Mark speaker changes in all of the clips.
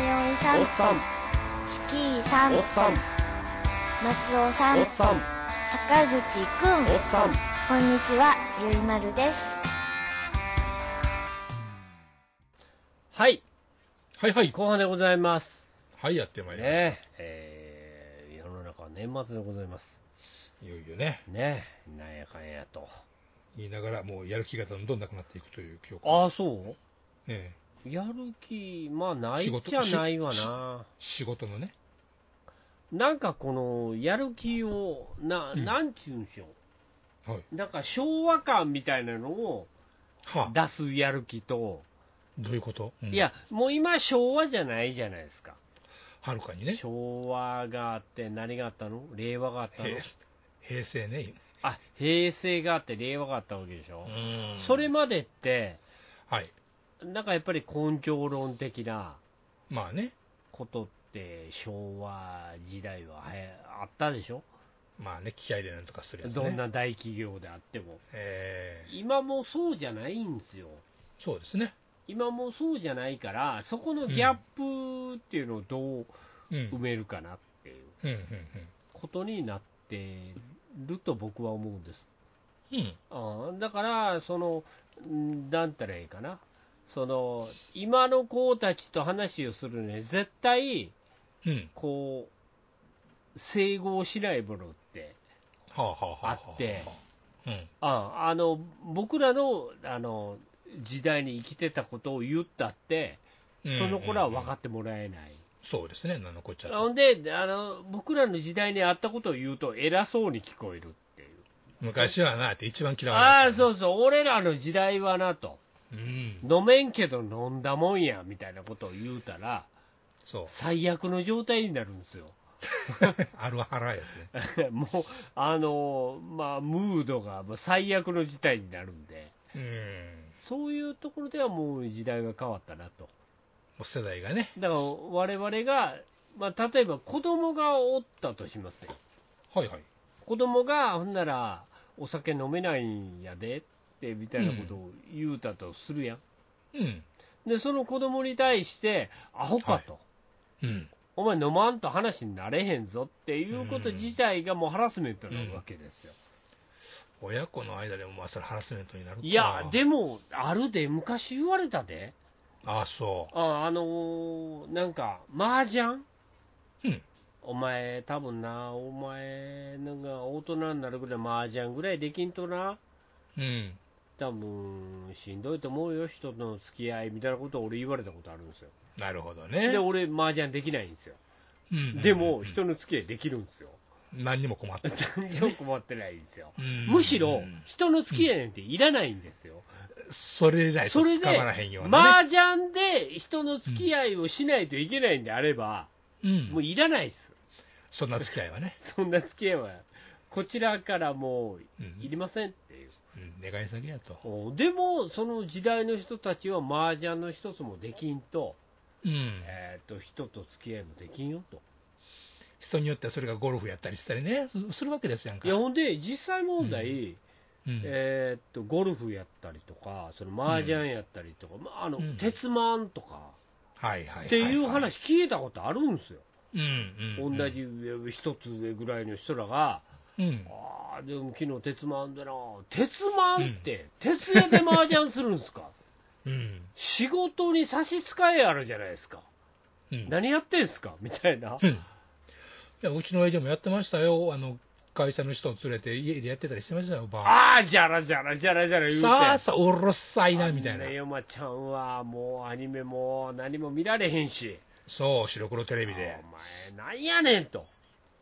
Speaker 1: っさん
Speaker 2: スキーさん
Speaker 1: おっさん
Speaker 2: 松尾さん
Speaker 1: おっさん
Speaker 2: 坂口くん
Speaker 1: おっさん
Speaker 2: こんにちはゆいまるです
Speaker 1: はい
Speaker 3: はいはい。
Speaker 1: 後半でございます
Speaker 3: はい、やってまいりました。
Speaker 1: ねえー世の中は年末でございます
Speaker 3: いよいよね。
Speaker 1: ねえなんやかんやと
Speaker 3: 言いながら、もうやる気がどんどんなくなっていくという今日。
Speaker 1: ああそう
Speaker 3: ええ
Speaker 1: やる気まあない
Speaker 3: 仕
Speaker 1: っ
Speaker 3: 事
Speaker 1: ちゃないわな
Speaker 3: 仕事のね。
Speaker 1: なんかこのやる気をな
Speaker 3: うん
Speaker 1: なんちゅうんでしょう、
Speaker 3: はい。
Speaker 1: なんか昭和感みたいなのを
Speaker 3: はあ、
Speaker 1: 出すやる気と、
Speaker 3: どういうこと、うん
Speaker 1: いや、もう今、昭和じゃないじゃないですか、
Speaker 3: はるかにね。
Speaker 1: 昭和があって、何があったの令和があったの
Speaker 3: へ平成ね。
Speaker 1: あ平成があって、令和があったわけでし
Speaker 3: う
Speaker 1: ょ、
Speaker 3: ん
Speaker 1: それ、までって、
Speaker 3: はい。
Speaker 1: なんかやっぱり根性論的な
Speaker 3: まあね。
Speaker 1: ことって、昭和時代ははやあったでしょ、
Speaker 3: まあね、気合でなんとかするやつね。
Speaker 1: どんな大企業であっても、
Speaker 3: ええ
Speaker 1: 今もうそうじゃないんですよ。
Speaker 3: そうですね。
Speaker 1: 今もうそうじゃないから、そこのギャップっていうのをどう
Speaker 3: うん。
Speaker 1: 埋めるかなっていう
Speaker 3: うん、うん、
Speaker 1: ことになってると僕は思うんです。
Speaker 3: うん。うん。
Speaker 1: あーだから、その、んなんたらいいかな、その今の子たちと話をするのに、絶対、
Speaker 3: うん。
Speaker 1: こう、整合しないものって、
Speaker 3: はあ、はあ、はあ。
Speaker 1: あって
Speaker 3: うん。
Speaker 1: あーあの僕らのあの時代に生きてたことを言ったって、
Speaker 3: うん。
Speaker 1: その子らは分か
Speaker 3: っ
Speaker 1: ってもらえない。
Speaker 3: そうですね、なのこっちゃ
Speaker 1: ほんであの、僕らの時代にあったことを言うと、偉そうに聞こえるっていう、
Speaker 3: 昔はな、って一番嫌われ
Speaker 1: ああー、
Speaker 3: う。
Speaker 1: そうそう、俺らの時代はなと、
Speaker 3: うん。
Speaker 1: 飲めんけど飲んだもんやみたいなことを言うたら、
Speaker 3: そう。
Speaker 1: 最悪の状態になるんですよ、
Speaker 3: あるはらやつね。
Speaker 1: もう、あのまあ、ムードがもう最悪の事態になるんで、
Speaker 3: うん。
Speaker 1: そういうところではもう時代が変わったなと、
Speaker 3: もう世代がね。
Speaker 1: だから我々が、まあ、例えば子供がおったとしますよ。
Speaker 3: はいはい。
Speaker 1: 子供がほんならお酒飲めないんやでってみたいなことを言うたとするやん、
Speaker 3: うん。
Speaker 1: でその子供に対してアホかと、
Speaker 3: うん。
Speaker 1: お前飲まんと話になれへんぞっていうこと
Speaker 3: うん
Speaker 1: 自体がもうハラスメントなわけですよ、
Speaker 3: 親子の間でも、まあ、それハラスメントになるか
Speaker 1: いやで
Speaker 3: も。
Speaker 1: もあるで昔言われたで
Speaker 3: ああ、そ
Speaker 1: ああのーなんか麻雀
Speaker 3: う。うん。
Speaker 1: お前多分なお前なんか大人になるぐらい麻雀ぐらいできんとな
Speaker 3: うん。
Speaker 1: 多分しんどいと思うよ、人との付き合いみたいなことを俺、言われたことあるんですよ。
Speaker 3: なるほどね。
Speaker 1: で、俺、麻雀できないんですよ。
Speaker 3: うん
Speaker 1: でも、。
Speaker 3: うん
Speaker 1: 人の付き合いできるんですよ。
Speaker 3: 何にも困ってない。
Speaker 1: 全然困ってないんですよ。
Speaker 3: うん
Speaker 1: むしろ
Speaker 3: うん、
Speaker 1: 人の付き合いなんていらないんですよ。
Speaker 3: それ以来と
Speaker 1: それ
Speaker 3: 捕
Speaker 1: で、
Speaker 3: まらへんよう
Speaker 1: 麻
Speaker 3: なね。
Speaker 1: 雀で人の付き合いをしないといけないんであれば、
Speaker 3: うん
Speaker 1: もういらないです。
Speaker 3: そんな付き合いはね。
Speaker 1: そんな付き合いは、こちらからもう
Speaker 3: うん
Speaker 1: いりませんっていう。
Speaker 3: うん願い先やと。
Speaker 1: おでも、その時代の人たちは麻雀の一つもできんと、
Speaker 3: うん。
Speaker 1: えー、と人と付き合いもできんよと。
Speaker 3: 人によってはそれがゴルフやったりしたりね、すするわけですやんか。
Speaker 1: いやほんで、実際問題、
Speaker 3: うん
Speaker 1: えー、とゴルフやったりとか、その麻雀やったりとか、まああの
Speaker 3: うん
Speaker 1: 鉄マンとか
Speaker 3: はいはい。
Speaker 1: っていう。話、聞いたことあるんですよ、
Speaker 3: うんうんうん。
Speaker 1: 同じ。上一つ上ぐらいの人らが、
Speaker 3: うん。
Speaker 1: ああ、でも昨日鉄マンだな、鉄マンって、徹夜で麻雀するんですか、
Speaker 3: うん。
Speaker 1: 仕事に差し支えあるじゃないですか、
Speaker 3: うん。
Speaker 1: 何やってんすかみたいな
Speaker 3: う。んいやうちの親父もやってましたよ、あの会社の人を連れて家でやってたりしてましたよ、バ
Speaker 1: ああ、じゃらじゃらじゃらじゃら
Speaker 3: ー
Speaker 1: 言うて。
Speaker 3: さあさあ、うるさいなみたい
Speaker 1: あん
Speaker 3: な
Speaker 1: な、ヨマちゃんはもうアニメも何も見られへんし、
Speaker 3: そう、白黒テレ
Speaker 1: お
Speaker 3: ビ
Speaker 1: 前
Speaker 3: で、、
Speaker 1: なんやねんと、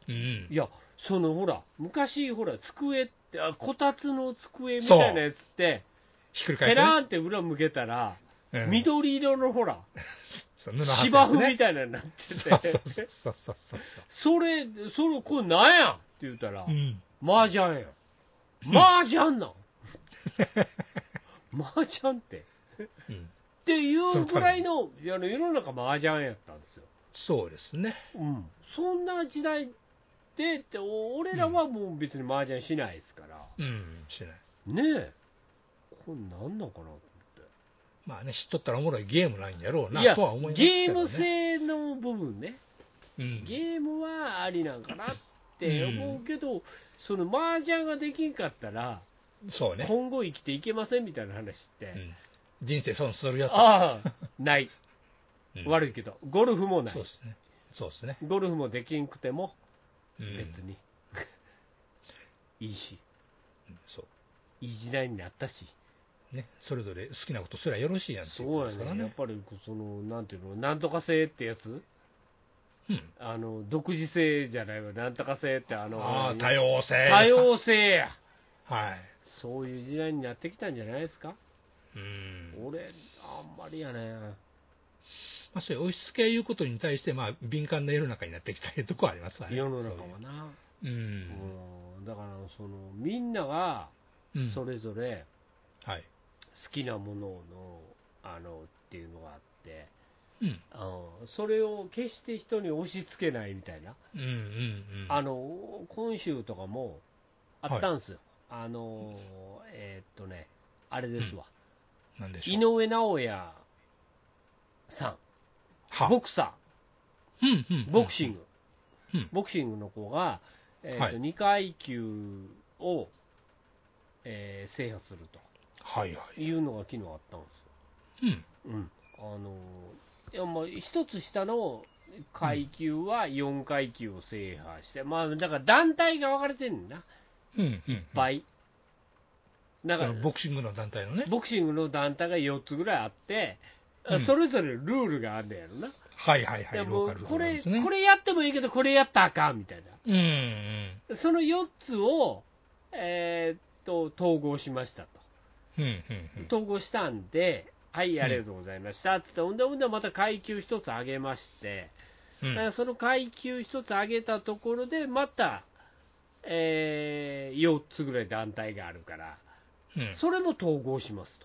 Speaker 3: うん
Speaker 1: い、や、そのほら、昔、ほら、机って、あこたつの机みたいなやつって、
Speaker 3: ひっくり返
Speaker 1: ペ
Speaker 3: して
Speaker 1: ラ
Speaker 3: ね
Speaker 1: ーンって裏向けたら、
Speaker 3: うん、
Speaker 1: 緑色のほら、
Speaker 3: そう布張って
Speaker 1: 芝
Speaker 3: やつ
Speaker 1: 生み
Speaker 3: ね
Speaker 1: たいなのになってて、
Speaker 3: そうそうそうそうそうそう、
Speaker 1: それ、それ、これなんやんって言ったら
Speaker 3: う、ん、
Speaker 1: 麻雀やん。麻雀な ん麻雀って。
Speaker 3: うん、
Speaker 1: っていうぐらいのいやあの世の中麻雀やったんですよ、
Speaker 3: そうですね、
Speaker 1: うん、そんな時代でってお俺らはもう別に麻雀しないですから、
Speaker 3: うん、しない、
Speaker 1: ねえこれなんなんかなと思って
Speaker 3: まあね、知っとったらおもろいゲームなんやろうない
Speaker 1: や、
Speaker 3: とは思いますけ
Speaker 1: ゲー
Speaker 3: ど、ね、
Speaker 1: ム性の部分ね、
Speaker 3: うん、
Speaker 1: ゲームはありなんかなって思うけど、その麻雀ができんかったら、
Speaker 3: そうね、
Speaker 1: 今後生きていけませんみたいな話って、
Speaker 3: うん、人生損するやつ、
Speaker 1: ああ、ない、
Speaker 3: うん
Speaker 1: 悪いけど、ゴルフもない
Speaker 3: そう、ですね、そうですね、
Speaker 1: ゴルフもできんくても、
Speaker 3: うん、
Speaker 1: 別に、 いいし、
Speaker 3: うんそう
Speaker 1: いい時代になったし、
Speaker 3: ね、それぞれ好きなことすらよろしいやんって
Speaker 1: そ
Speaker 3: い
Speaker 1: う
Speaker 3: こと
Speaker 1: や
Speaker 3: ですか
Speaker 1: ね
Speaker 3: ら
Speaker 1: やっ
Speaker 3: ね。
Speaker 1: ぱりその、なんていうの、なんとか性ってやつ、
Speaker 3: うん
Speaker 1: あの独自性じゃないわ、なんとか性って、あの
Speaker 3: ああ、多様性ですか。
Speaker 1: 多様性や、
Speaker 3: はい。
Speaker 1: そういう時代になってきたんじゃないですか、
Speaker 3: うん。
Speaker 1: 俺、あんまりやね、
Speaker 3: まあ、そういう押し付けいうことに対して、まあ、敏感な世の中になってきたりとこはありますわね。
Speaker 1: 世の中はな、
Speaker 3: そういう。
Speaker 1: うん、だからその、みんなが
Speaker 3: うん。うん。
Speaker 1: それぞれ
Speaker 3: はい。
Speaker 1: 好きなものの、あのっていうのがあって。
Speaker 3: うん。
Speaker 1: うんそれを決して人に押し付けないみたいな、
Speaker 3: うんうんうん。
Speaker 1: あの今週とかもあったんですよ、あのえーっとね、あれですわ、
Speaker 3: なんでし
Speaker 1: 井
Speaker 3: ょう。
Speaker 1: 上尚弥さん、
Speaker 3: は
Speaker 1: ボクサ
Speaker 3: うんうんう
Speaker 1: ー、
Speaker 3: ん
Speaker 1: ボクシング、
Speaker 3: うん
Speaker 1: ボクシングの子が、えーっ
Speaker 3: は
Speaker 1: と
Speaker 3: い
Speaker 1: 2階級を、えー制覇する
Speaker 3: はいは
Speaker 1: と
Speaker 3: い。
Speaker 1: いうのが昨日あったんですよ。
Speaker 3: うん。
Speaker 1: うん、あのいやもう一つ下の階級は4階級を制覇して、まあだから団体が分かれてるんだな、いっ
Speaker 3: うんうん。いっ
Speaker 1: ぱい。だから
Speaker 3: ボクシングの団体のね。
Speaker 1: ボクシングの団体が4つぐらいあって、
Speaker 3: うん
Speaker 1: それぞれルールがあるんだやろな、
Speaker 3: はいはいは
Speaker 1: で
Speaker 3: い。ロ
Speaker 1: も
Speaker 3: ー
Speaker 1: う
Speaker 3: カル
Speaker 1: これ
Speaker 3: ですね。
Speaker 1: これやってもいいけど、これやったらあかんみたい
Speaker 3: うんうん。
Speaker 1: な、その4つを、えーっと統合しましたと。
Speaker 3: うんうんうん。
Speaker 1: 統合したんで、はい、ありがとうございました、つって、ほんで、ほんで、また階級一つ上げまして、
Speaker 3: うん
Speaker 1: だからその階級一つ上げたところで、また、えー、4つぐらい団体があるから、
Speaker 3: うん
Speaker 1: それも統合します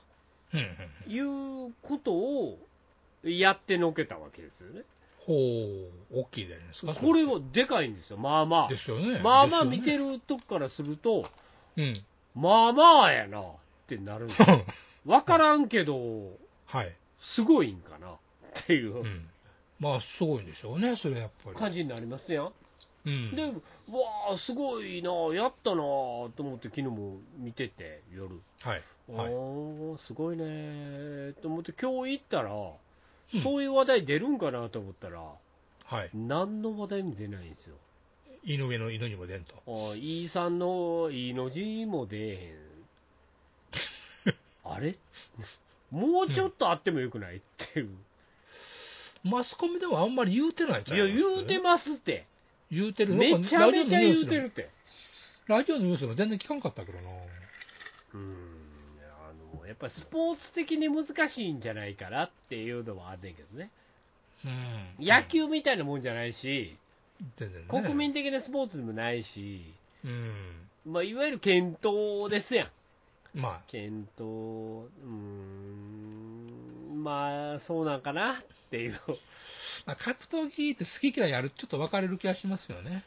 Speaker 3: うんうんう
Speaker 1: とい
Speaker 3: ん
Speaker 1: うことをやってのけたわけですよね。
Speaker 3: ほう、大きいじゃないですか。
Speaker 1: これはでかいんですよ、まあまあ
Speaker 3: で。すよね。
Speaker 1: まあまあ見て
Speaker 3: る。
Speaker 1: るとこからすると、
Speaker 3: うん。
Speaker 1: まあまあやなってなるんですよ わからんけど、
Speaker 3: はい。
Speaker 1: すごいんかなっていう。
Speaker 3: うん。まあ、すごいんでしょうね、それやっぱり。
Speaker 1: 感じになりますやん、
Speaker 3: うん。
Speaker 1: で、うわあ、すごいな、やったなと思って、昨日も見てて、夜、
Speaker 3: はい。
Speaker 1: あ
Speaker 3: はい。
Speaker 1: ーすごいねと思って、今日行ったら、そういう話題出るんかなと思ったら、
Speaker 3: はい。
Speaker 1: 何の話題も出ないんですよ、
Speaker 3: 井上の井のにも出んと。
Speaker 1: あー、E さんの E の字も出えへん、 あれもうちょっとあってもよくないっていう、
Speaker 3: マスコミではあんまり言うてない
Speaker 1: いや、言うて
Speaker 3: る。
Speaker 1: ますって、
Speaker 3: 言うてる。
Speaker 1: めちゃめちゃ言うて
Speaker 3: な
Speaker 1: る
Speaker 3: んか
Speaker 1: って。
Speaker 3: ラジオのニュースでも。ラジオのニュースでも全然聞かんかったけどな。
Speaker 1: うんあのやっぱりスポーツ的に難しいんじゃないかなっていうのはあんねんけどね、
Speaker 3: うん。
Speaker 1: 野球みたいなもんじゃないし、
Speaker 3: 全然ね。
Speaker 1: 国民的なスポーツでもないし、
Speaker 3: うん。
Speaker 1: まあ、いわゆる検討ですやん、
Speaker 3: ま
Speaker 1: 検討、うーん、まあ、そうなんかなっていう、
Speaker 3: あ、まあ、格闘技って好き嫌いある、ちょっと分かれる気がしますよね。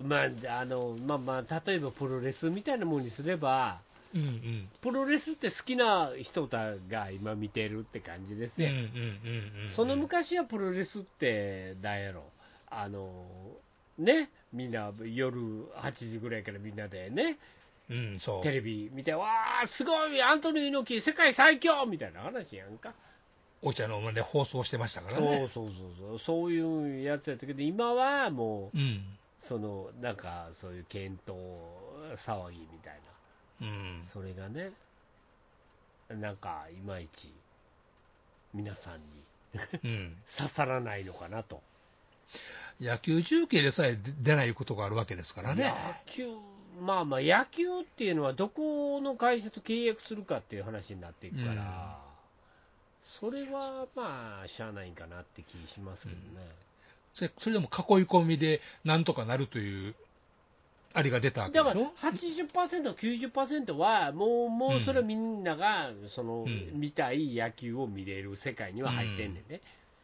Speaker 1: まああのまあまあ、例えばプロレスみたいなもんにすれば、
Speaker 3: うんうん。
Speaker 1: プロレスって好きな人が今見てるって感じです
Speaker 3: うん
Speaker 1: や
Speaker 3: うん
Speaker 1: ん
Speaker 3: うんうん。
Speaker 1: その昔はプロレスって、なんやろ、あの、ね、みんな夜8時ぐらいからみんなでね、
Speaker 3: うん、そう。
Speaker 1: テレビ見て、わー、すごい、アントニー猪木、世界最強みたいな話やんか、
Speaker 3: お茶の間で放送してましたから
Speaker 1: そう
Speaker 3: ね。
Speaker 1: そうそうそう、そういうやつやったけど、今はもう、
Speaker 3: うん。
Speaker 1: そのなんかそういう検討騒ぎみたい
Speaker 3: うん
Speaker 1: な、。それがね、なんかいまいち皆さんに
Speaker 3: うん。
Speaker 1: 刺さらないのかなと。
Speaker 3: 野球中継でさえ出ないことがあるわけですからね。
Speaker 1: 野球、まあまあ、野球っていうのは、どこの会社と契約するかっていう話になっていくから、
Speaker 3: うん
Speaker 1: それはまあ、しゃあないんかなって気しますけどね。
Speaker 3: それそれでも囲い込みでなんとかなるという、あれが出たわけで
Speaker 1: だ
Speaker 3: し
Speaker 1: から
Speaker 3: ょ、
Speaker 1: 80%、90%は、もう、もうそれはみんなが、その、
Speaker 3: うん
Speaker 1: 見たい野球を見れる世界には入ってんねんね。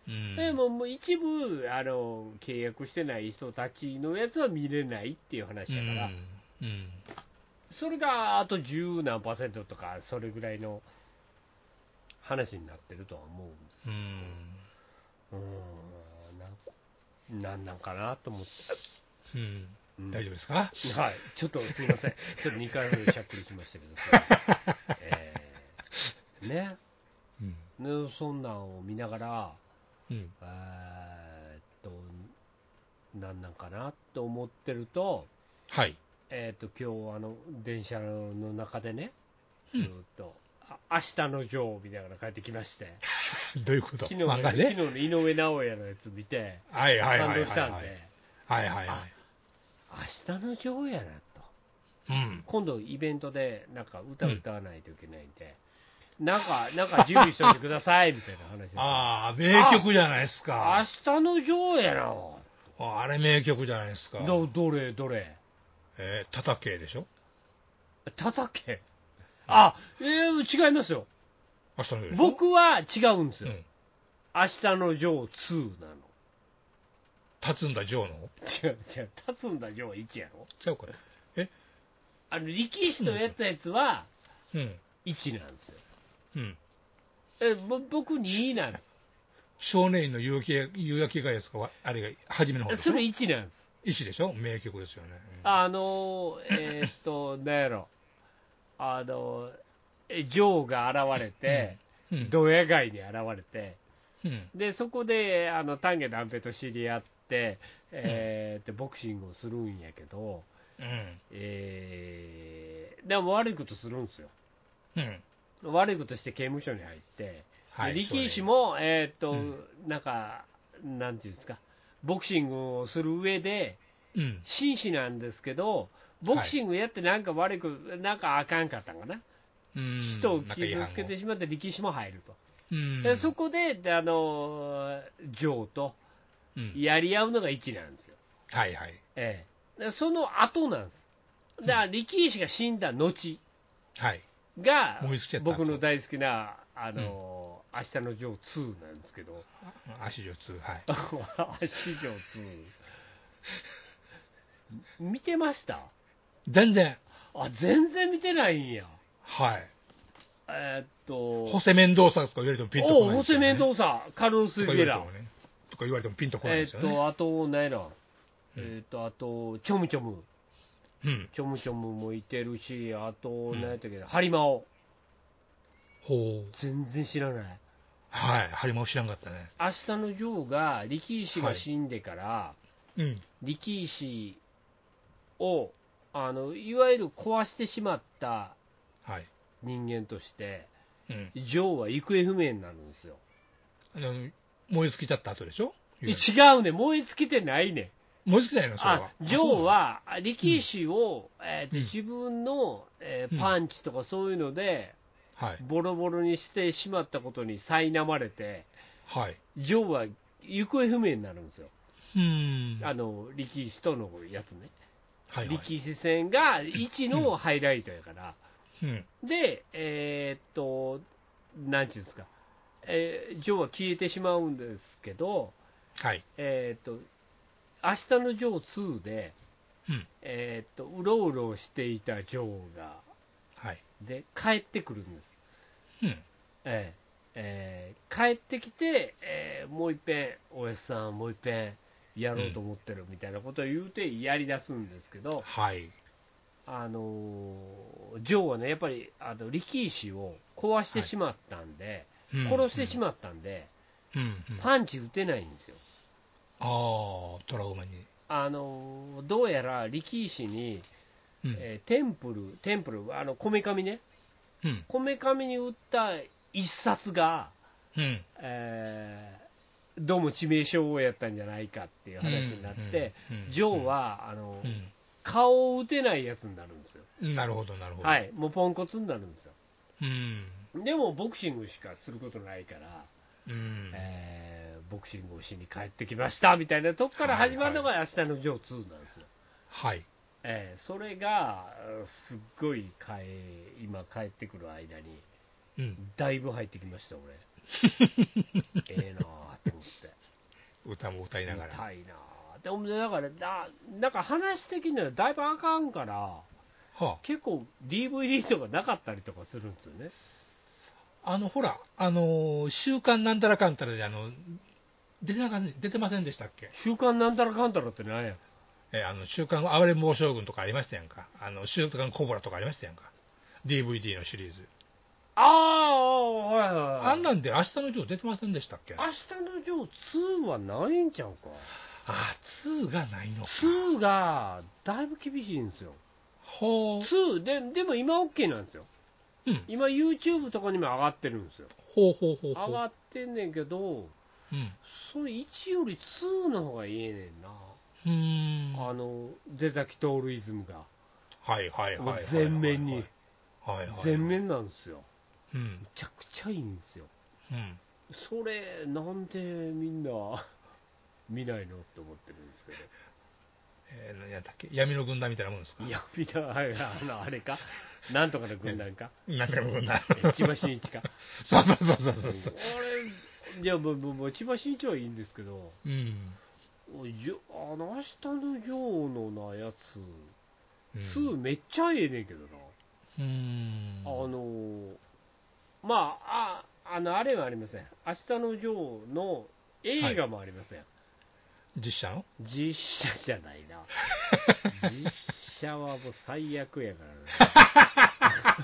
Speaker 3: うん
Speaker 1: でも、もう一部、あの、契約してない人たちのやつは見れないっていう話だから、
Speaker 3: うんうん
Speaker 1: それがあと十何パーセントとか、それぐらいの話になってるとは思うんで
Speaker 3: うん。
Speaker 1: すうーんななんなんかなと思って、
Speaker 3: うん。
Speaker 1: うん
Speaker 3: 大丈夫ですか
Speaker 1: はい、ちょっとすみません、ちょっと2回目でしゃっくりきましたけどすいません、えーね
Speaker 3: うん。
Speaker 1: ね、そんなんを見ながら、
Speaker 3: うん。
Speaker 1: えーっと、なんなんかなと思ってると、
Speaker 3: はい。
Speaker 1: えーっと今日あの電車の中でね、ずーっと、あ明日の女王みたいなのが帰ってきまして、
Speaker 3: どういうこと
Speaker 1: 昨日の
Speaker 3: 漫画
Speaker 1: 昨日
Speaker 3: ね。
Speaker 1: の井上尚弥のやつ見て、
Speaker 3: はいはい
Speaker 1: 感
Speaker 3: はい
Speaker 1: 動
Speaker 3: はい
Speaker 1: し
Speaker 3: は
Speaker 1: た
Speaker 3: い。
Speaker 1: ん
Speaker 3: はい
Speaker 1: で、
Speaker 3: はいはい。
Speaker 1: 明日の女王やなと。
Speaker 3: うん。
Speaker 1: 今度イベントでなんか歌歌わないといけないんで、なんか、なんか準備しといてくださいみたいな話です
Speaker 3: ああ、名曲じゃないですか。
Speaker 1: 明日の女王やなお
Speaker 3: ああれ名曲じゃないですか
Speaker 1: い。どどれどれ
Speaker 3: えー、叩けでしょ
Speaker 1: 叩けあえー違いますよ
Speaker 3: 明日の夜でしょ
Speaker 1: 僕は違うんです
Speaker 3: う
Speaker 1: よ、
Speaker 3: ん。
Speaker 1: 明日の女王2なの
Speaker 3: 立つんだ、ジョーの。
Speaker 1: 違う違う立つんだ女王1やろ
Speaker 3: ちゃうかな。
Speaker 1: あの力士とやったやつは
Speaker 3: うん。
Speaker 1: 1なんですよ
Speaker 3: うん。
Speaker 1: えぼ僕2なんです
Speaker 3: 少年院の夕焼け、夕焼けがやつか、わあれが、初めの方でし
Speaker 1: そ
Speaker 3: ょ
Speaker 1: れ1なんです
Speaker 3: 一でしょ名曲ですよね。うん
Speaker 1: あのー、えーっと、 なんやろ、あのー、えジョーが現れて、
Speaker 3: うん。
Speaker 1: ドヤ街に現れて、
Speaker 3: うん。
Speaker 1: でそこであの丹下段平と知り合って、えーっとボクシングをするんやけど、
Speaker 3: うん。
Speaker 1: えーでも悪いことするんですよ。
Speaker 3: うん。
Speaker 1: 悪いことして刑務所に入って、
Speaker 3: はい。
Speaker 1: で力士
Speaker 3: それ
Speaker 1: も、えーっと、
Speaker 3: うん
Speaker 1: なんか、なんていうんですか、ボクシングをする上で、
Speaker 3: うん。
Speaker 1: 紳士なんですけど、ボクシングやってなんか悪く、なんかあかんかったんかな、
Speaker 3: うん
Speaker 1: 人を傷つけてしまって、力士も入ると、
Speaker 3: うん。
Speaker 1: でそこでであのジョーと
Speaker 3: うん。
Speaker 1: やり合うのが1なんですよ、
Speaker 3: はいはい。
Speaker 1: ええ、でその後なんです、だから力士が死んだ後
Speaker 3: はい。
Speaker 1: が
Speaker 3: 燃え尽きちゃった
Speaker 1: 僕の大好きな、あのー明日のジョー2なんですけど、
Speaker 3: あ足上通、はい。
Speaker 1: 明日ジョー2。見てました
Speaker 3: 全然。
Speaker 1: あ全然見てないんや。
Speaker 3: はい。
Speaker 1: えーっと、
Speaker 3: ホセメンドーサとか言われてもピンとこ
Speaker 1: お
Speaker 3: ない
Speaker 1: ホ
Speaker 3: です
Speaker 1: セ
Speaker 3: よね。
Speaker 1: メンドーサ、カルロス・
Speaker 3: と
Speaker 1: リベ
Speaker 3: か言われ
Speaker 1: ラ
Speaker 3: ても、ね。とか言われてもピンとこない
Speaker 1: え
Speaker 3: です
Speaker 1: ーっ
Speaker 3: よね。
Speaker 1: と、あと、何やろ、
Speaker 3: うん
Speaker 1: えーっと、あと、チョムチョム、
Speaker 3: うん。
Speaker 1: チョムチョムもいてるし、あと、
Speaker 3: ん
Speaker 1: 何やったっけ、ハリマオ、
Speaker 3: ほう。
Speaker 1: 全然知らない、
Speaker 3: はい。ハリマを知らんかったね。
Speaker 1: 明日のジョーが力士が死んでから、
Speaker 3: うん。
Speaker 1: 力士をあの、いわゆる壊してしまった
Speaker 3: はい。
Speaker 1: 人間として、
Speaker 3: うん。
Speaker 1: ジョーは行方不明になるんですよ。
Speaker 3: あの、燃え尽きちゃった後でしょ
Speaker 1: 違
Speaker 3: 燃
Speaker 1: うね、燃え尽きてないね。
Speaker 3: え尽きないのそれ
Speaker 1: あ
Speaker 3: は。
Speaker 1: ジョーは力士を、えーと
Speaker 3: うん
Speaker 1: 自分の、えー
Speaker 3: うん
Speaker 1: パンチとかそういうので、
Speaker 3: あ。そうなんだ
Speaker 1: ボロボロにしてしまったことに苛まれて、
Speaker 3: はい。はい。
Speaker 1: ジョーは行方不明になるんですよ、
Speaker 3: うん。
Speaker 1: あの力士とのやつね、
Speaker 3: はいはい。
Speaker 1: 力士戦が1のハイライトやから、
Speaker 3: うん。
Speaker 1: で、えーっと、なんていうんですか、えージョーは消えてしまうんですけど、
Speaker 3: はい。
Speaker 1: えーっと、明日のジョー2で、
Speaker 3: うん。
Speaker 1: えーっとうろうろしていた女王が
Speaker 3: はい。
Speaker 1: で帰ってくるんです、
Speaker 3: うん。
Speaker 1: ええええ帰ってきて、ええもういっぺんおやっさんもういっぺんやろうと思ってるみたいなことを言うてやりだすんですけど、
Speaker 3: はい。
Speaker 1: あのー女王はねやっぱりあの力士を壊してしまったんで、
Speaker 3: うん
Speaker 1: 殺してしまったんで、
Speaker 3: うん。うん。あ
Speaker 1: パンチ打てないんですよ
Speaker 3: あー、トラウマに。
Speaker 1: あのーどうやら力士に、
Speaker 3: うん。
Speaker 1: ええテンプルテンプルあのこめかみね
Speaker 3: うん。
Speaker 1: こめかみに打った一冊が、
Speaker 3: うん。
Speaker 1: えーどうも致命傷をやったんじゃないかっていう話になって、
Speaker 3: うんうんうん
Speaker 1: ジョーはあの、
Speaker 3: う
Speaker 1: 顔を打てないやつになるんですよ、
Speaker 3: ん。なるほど、なるほど。
Speaker 1: は。い、もうポンコツになるんですよ、
Speaker 3: うん。
Speaker 1: でもボクシングしかすることないから、
Speaker 3: うん。
Speaker 1: えーボクシングをしに帰ってきましたみたいなとこから始まるのが、明日のジョー2なんですよ。
Speaker 3: はい。
Speaker 1: えーそれがうんすっごい帰今帰ってくる間に
Speaker 3: うん。
Speaker 1: だいぶ入ってきました 俺ええなーって思って
Speaker 3: 歌も歌いながら。
Speaker 1: 痛いなぁでもねだからだなんか話的にはだいぶあかんから
Speaker 3: は
Speaker 1: 結構 DVD とかなかったりとかするんですよね
Speaker 3: あ。あの、ほら、あのー週刊なんたらかんたらで、あの、出てなかん出てませんでしたっけ
Speaker 1: 週刊なんたらかんたらってなんや。
Speaker 3: えーあの、週刊暴れん坊将軍とかありましたやんか。あの、週刊コブラとかありましたやんか。DVD のシリーズ。
Speaker 1: ああ、はいはいはい。
Speaker 3: あんなんで明日のジョー出てませんでしたっけ
Speaker 1: 明
Speaker 3: あ
Speaker 1: 日のジョー2はないんちゃうか。
Speaker 3: あ、2がないのか。
Speaker 1: 2がだいぶ厳しいんですよ。
Speaker 3: ほう。
Speaker 1: 2で、でも今 OK なんですよ。
Speaker 3: うん。
Speaker 1: 今 YouTube とかにも上がってるんですよ。
Speaker 3: ほうほうほう
Speaker 1: 上
Speaker 3: ほ
Speaker 1: が
Speaker 3: う。
Speaker 1: ってんねんけど、
Speaker 3: うん。
Speaker 1: その1より2の方がいいねんな。
Speaker 3: うーん。
Speaker 1: あの、出崎徹イズムが。
Speaker 3: はいはいはいはいはいはい。
Speaker 1: 全面に。
Speaker 3: はいはいはい。
Speaker 1: 全。面なんですよ。
Speaker 3: うん
Speaker 1: め。ちゃくちゃいいんですよ。
Speaker 3: うん。
Speaker 1: それ、なんでみんな 見ないのって思ってるんですけど、
Speaker 3: えー、何やったっけ闇の軍団みたいなもんですか
Speaker 1: いや、みんな、はいあのあれ か、なんとかの軍団か、
Speaker 3: なんかの軍団。
Speaker 1: 千葉真一か、
Speaker 3: そうそうそうそう
Speaker 1: あ
Speaker 3: そうそう。
Speaker 1: れ、いや、もうもうもう千葉真一はいいんですけど、
Speaker 3: うん。
Speaker 1: じょあの明日のジョーのなやつ、
Speaker 3: うん
Speaker 1: 2めっちゃええねんけどな、
Speaker 3: うん。
Speaker 1: あの、まあ、ああのあれはありません、明日のジョーの映画もありません。
Speaker 3: 実写の
Speaker 1: 実写じゃないな実写はもう最悪やか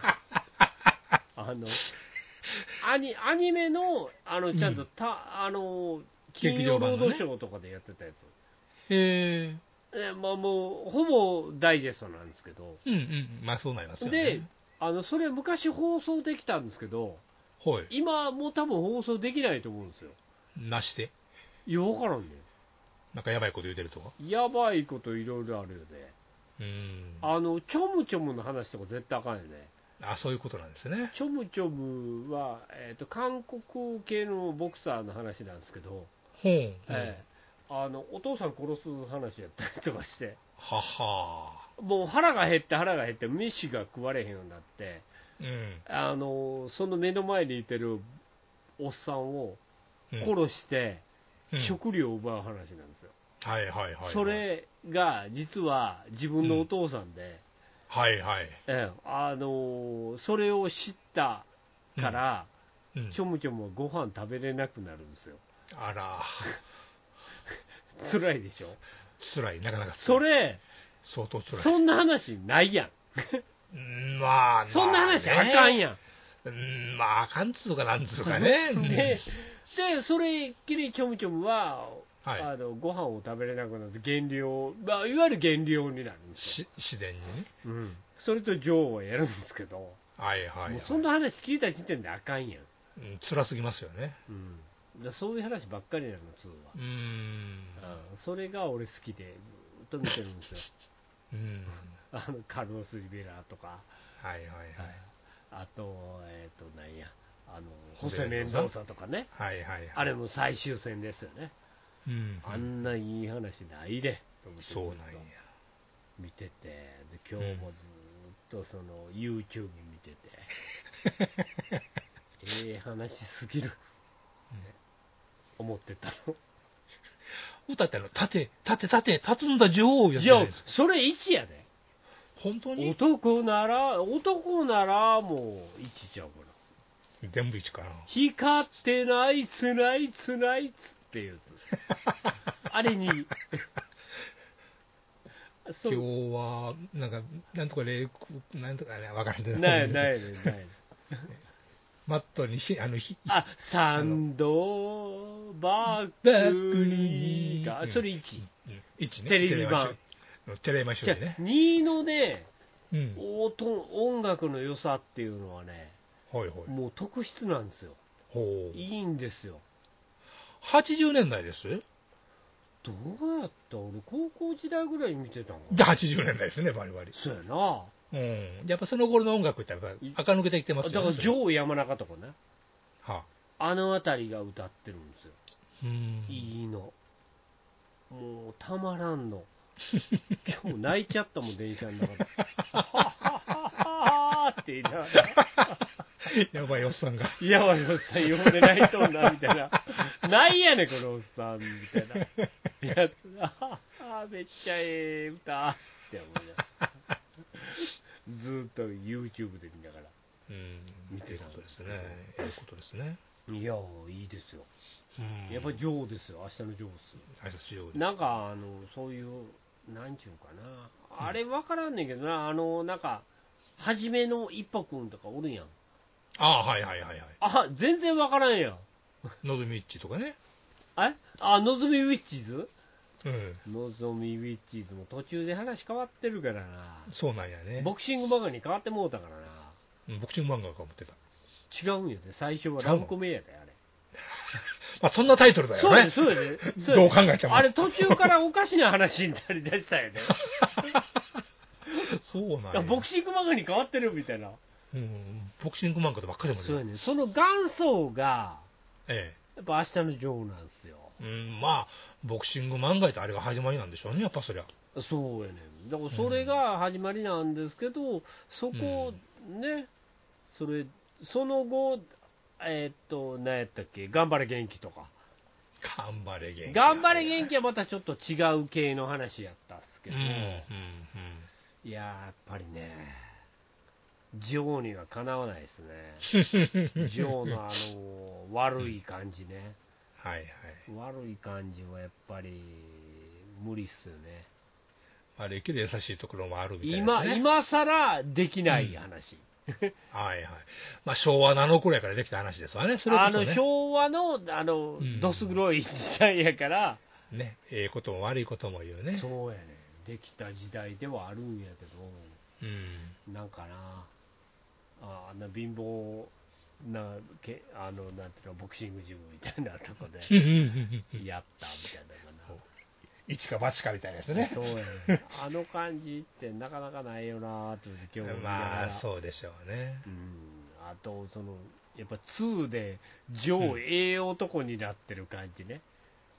Speaker 1: ら なあのアニアニメのあのちゃんとた、あの金
Speaker 3: 劇
Speaker 1: 曜
Speaker 3: 場版
Speaker 1: ロー
Speaker 3: のね
Speaker 1: ドショーとかでやってたや
Speaker 3: へえ。
Speaker 1: つ、えまあ、もうほぼダイジェストなんですけど
Speaker 3: うんうん。まあそうなりますよね。
Speaker 1: であのそれ昔放送できたんですけど
Speaker 3: はい。
Speaker 1: 今もう多分放送できないと思うんですよ
Speaker 3: なして。
Speaker 1: いや分からんね
Speaker 3: なんかやばいこと言うてるとか。
Speaker 1: やばいこといろいろあるよね
Speaker 3: うん。あ
Speaker 1: あのちょむちょむの話とか絶対あかんよね
Speaker 3: そういうことなんですね。
Speaker 1: チョムチョムは、えー、と韓国系のボクサーの話なんですけど、
Speaker 3: ほう。うん
Speaker 1: えーあのお父さん殺す話やったりとかして、
Speaker 3: はは
Speaker 1: もう腹が減って腹が減って、飯が食われへんようになって、
Speaker 3: うん。
Speaker 1: あのその目の前にいてるおっさんを
Speaker 3: うん
Speaker 1: 殺して、
Speaker 3: うん
Speaker 1: 食料を奪う話なんですよ、
Speaker 3: はいはいはいはい。
Speaker 1: そ。れが実は自分のお父さんで、
Speaker 3: はいはい。
Speaker 1: えーあのそれを知ったから、
Speaker 3: うん
Speaker 1: ちょむちょむはご飯食べれなくなるんですよ。
Speaker 3: あら、
Speaker 1: 辛いでしょ
Speaker 3: 辛い、なかなか辛い
Speaker 1: それ
Speaker 3: 相当辛い。
Speaker 1: そんな話ないやん
Speaker 3: うんまあ、
Speaker 1: そんな話あかんやん、
Speaker 3: ん。うん、まあ、あかんつうか、なんつうか ね。うん
Speaker 1: ででそれっきりちょむちょむは、
Speaker 3: は
Speaker 1: あのご飯を食べれなくなって減量、まあ、いわゆる減量になるん
Speaker 3: い。
Speaker 1: ですよ、
Speaker 3: し自然にね。
Speaker 1: うん、それと女王はやるんですけど、
Speaker 3: はいはい、はい。
Speaker 1: もうそんな話聞いた時点であかんやん、
Speaker 3: うん辛すぎますよね。
Speaker 1: うん、だそういう話ばっかりなの通
Speaker 3: うーん。
Speaker 1: 話、うん、それが俺好きでずっと見てるんです よ
Speaker 3: うん。
Speaker 1: あのカルロス・リベラとか
Speaker 3: はいはいはい。
Speaker 1: あとえっ、となんやあのホセ・メンドーサとかね
Speaker 3: はいはいはい。
Speaker 1: あれも最終戦ですよね、
Speaker 3: うん。
Speaker 1: あんないい話ないで、と思って
Speaker 3: そうなん
Speaker 1: ずっと
Speaker 3: や。
Speaker 1: 見てて、で今日もずっとその YouTube 見て て、ええ話すぎる、思ってたの。
Speaker 3: 歌ってあの、立て、立て、立て、立つんだ女王やっ
Speaker 1: い
Speaker 3: てる
Speaker 1: や
Speaker 3: んです、
Speaker 1: それ1やで、
Speaker 3: 本当に
Speaker 1: 男なら、男ならもう1ちゃうから、
Speaker 3: 全部一かな。
Speaker 1: 光ってないつないつないつっていうやつ、 あれに。そ
Speaker 3: 今
Speaker 1: う
Speaker 3: 日は、なんか、なんとか冷酷、なんとかね、わからんけど
Speaker 1: ないないないない。
Speaker 3: マットにひ、あの、ひ、
Speaker 1: あ、サンドバッ
Speaker 3: バッ
Speaker 1: ク
Speaker 3: ク
Speaker 1: に
Speaker 3: に
Speaker 1: か、
Speaker 3: うん
Speaker 1: それ1。
Speaker 3: うん一ね。
Speaker 1: テレビ版
Speaker 3: テレビ版。テレビ版
Speaker 1: じ
Speaker 3: 処
Speaker 1: ゃ
Speaker 3: 理ね。
Speaker 1: 2のね、
Speaker 3: うん。
Speaker 1: 音音楽の良さっていうのはね、
Speaker 3: はいはい。
Speaker 1: もう特質なんですよ。
Speaker 3: ほう。
Speaker 1: いいんですよ。
Speaker 3: 80年代です
Speaker 1: どうやった俺、高校時代ぐらいに見てたの
Speaker 3: で、80年代ですね、バリバリ。
Speaker 1: そうやな。
Speaker 3: うん。やっぱその頃の音楽ってやっぱ、垢抜けてきてま
Speaker 1: だ
Speaker 3: す
Speaker 1: か
Speaker 3: よね。
Speaker 1: ら、ジョー山中とかね、
Speaker 3: はあ、
Speaker 1: あの辺りが歌ってるんですよ。
Speaker 3: うん。
Speaker 1: いいの。もうたまらん の。今日泣いちゃったもん、電車の中で。ははははって言いながら、
Speaker 3: やばいおっさんが。
Speaker 1: いやばいおっさん、呼んで泣いとんな、みたいな。 ないやねん、このおっさん、みたいな。やつ、ああ、めっちゃええ歌って思いながら。ずーっと YouTube で見ながら。
Speaker 3: うん、
Speaker 1: 見てたん
Speaker 3: と
Speaker 1: で
Speaker 3: ですす
Speaker 1: け
Speaker 3: ね
Speaker 1: ど。
Speaker 3: いいことですね。
Speaker 1: いやいいですよ、
Speaker 3: うん
Speaker 1: やっぱり女王ですよ、明日の女王っ
Speaker 3: 挨拶しよう
Speaker 1: す。
Speaker 3: です。
Speaker 1: なんかあの、そういう、なんちゅうかな、あれ分からんねんけどな、あのなんか、初めの一歩くんとかおるやん、
Speaker 3: ああ、はいはいはいはい。
Speaker 1: あ全然分からんやん、
Speaker 3: のぞみっちとかね。
Speaker 1: えあのぞみウィッチーズ
Speaker 3: うん。
Speaker 1: のぞみウィッチーズも途中で話変わってるからな、
Speaker 3: そうなんやね。
Speaker 1: ボクシング漫画に変わってもうたからな、
Speaker 3: うんボクシング漫画か思ってた。
Speaker 1: 違うんやで、最初はラブコメやで、あれ。
Speaker 3: まあ、そんなタイトルだ
Speaker 1: そう
Speaker 3: よ
Speaker 1: や
Speaker 3: ね
Speaker 1: で、。そうやで。そうや
Speaker 3: どう
Speaker 1: で
Speaker 3: 考えても。
Speaker 1: あれ途中からおかしな話になりだしたよ ね。
Speaker 3: そうなん
Speaker 1: だから
Speaker 3: や。
Speaker 1: ボクシング漫画に変わってるみたいな。
Speaker 3: うん、ボクシング漫画とばっかりでも
Speaker 1: そう
Speaker 3: ね。
Speaker 1: やね。その元祖が、
Speaker 3: え
Speaker 1: やっぱ明日の女王なんですよ。
Speaker 3: え。うん、まあ、ボクシング漫画ってあれが始まりなんでしょうね、やっぱそりゃ。
Speaker 1: そうやね。だからそれが始まりなんですけど、そこ、ね、それ、その後、えーっと、何やったっけ、頑張れ元気とか。
Speaker 3: 頑張れ元気。
Speaker 1: 頑張れ元
Speaker 3: 気。
Speaker 1: 気はまたちょっと違う系の話やったっすけ
Speaker 3: うん、
Speaker 1: ど、
Speaker 3: うん、うん。
Speaker 1: いやーやっぱりね、女王にはかなわないです ね、女王のあの悪い感じね、
Speaker 3: はいはい。
Speaker 1: 悪い感じはやっぱり無理っすよね、
Speaker 3: まあ、れき優しいところもあるみたいな、
Speaker 1: 今
Speaker 3: ね。
Speaker 1: 今さらできない話、
Speaker 3: はいはい。まあ、昭和7くらいからできた話ですわね、それこ
Speaker 1: あ
Speaker 3: そ、ね。
Speaker 1: の昭和のあの
Speaker 3: うん
Speaker 1: どす黒い時代やから、
Speaker 3: ね、ええことも悪いことも言うね。
Speaker 1: そうやねできた時代ではあるんやけど、
Speaker 3: うん。
Speaker 1: なんかな、ああんな貧乏な、けあのなんていうの、ボクシングジムみたいなとこ で。やったみたいなのか
Speaker 3: 一か八かみたいなやつ
Speaker 1: な、
Speaker 3: ね。
Speaker 1: そうやね、あの感じってなかなかないよなーって今日思いながら
Speaker 3: まあ、そうでしょうね。
Speaker 1: うん、あとそのやっぱ2で上ええ男になってる感じね、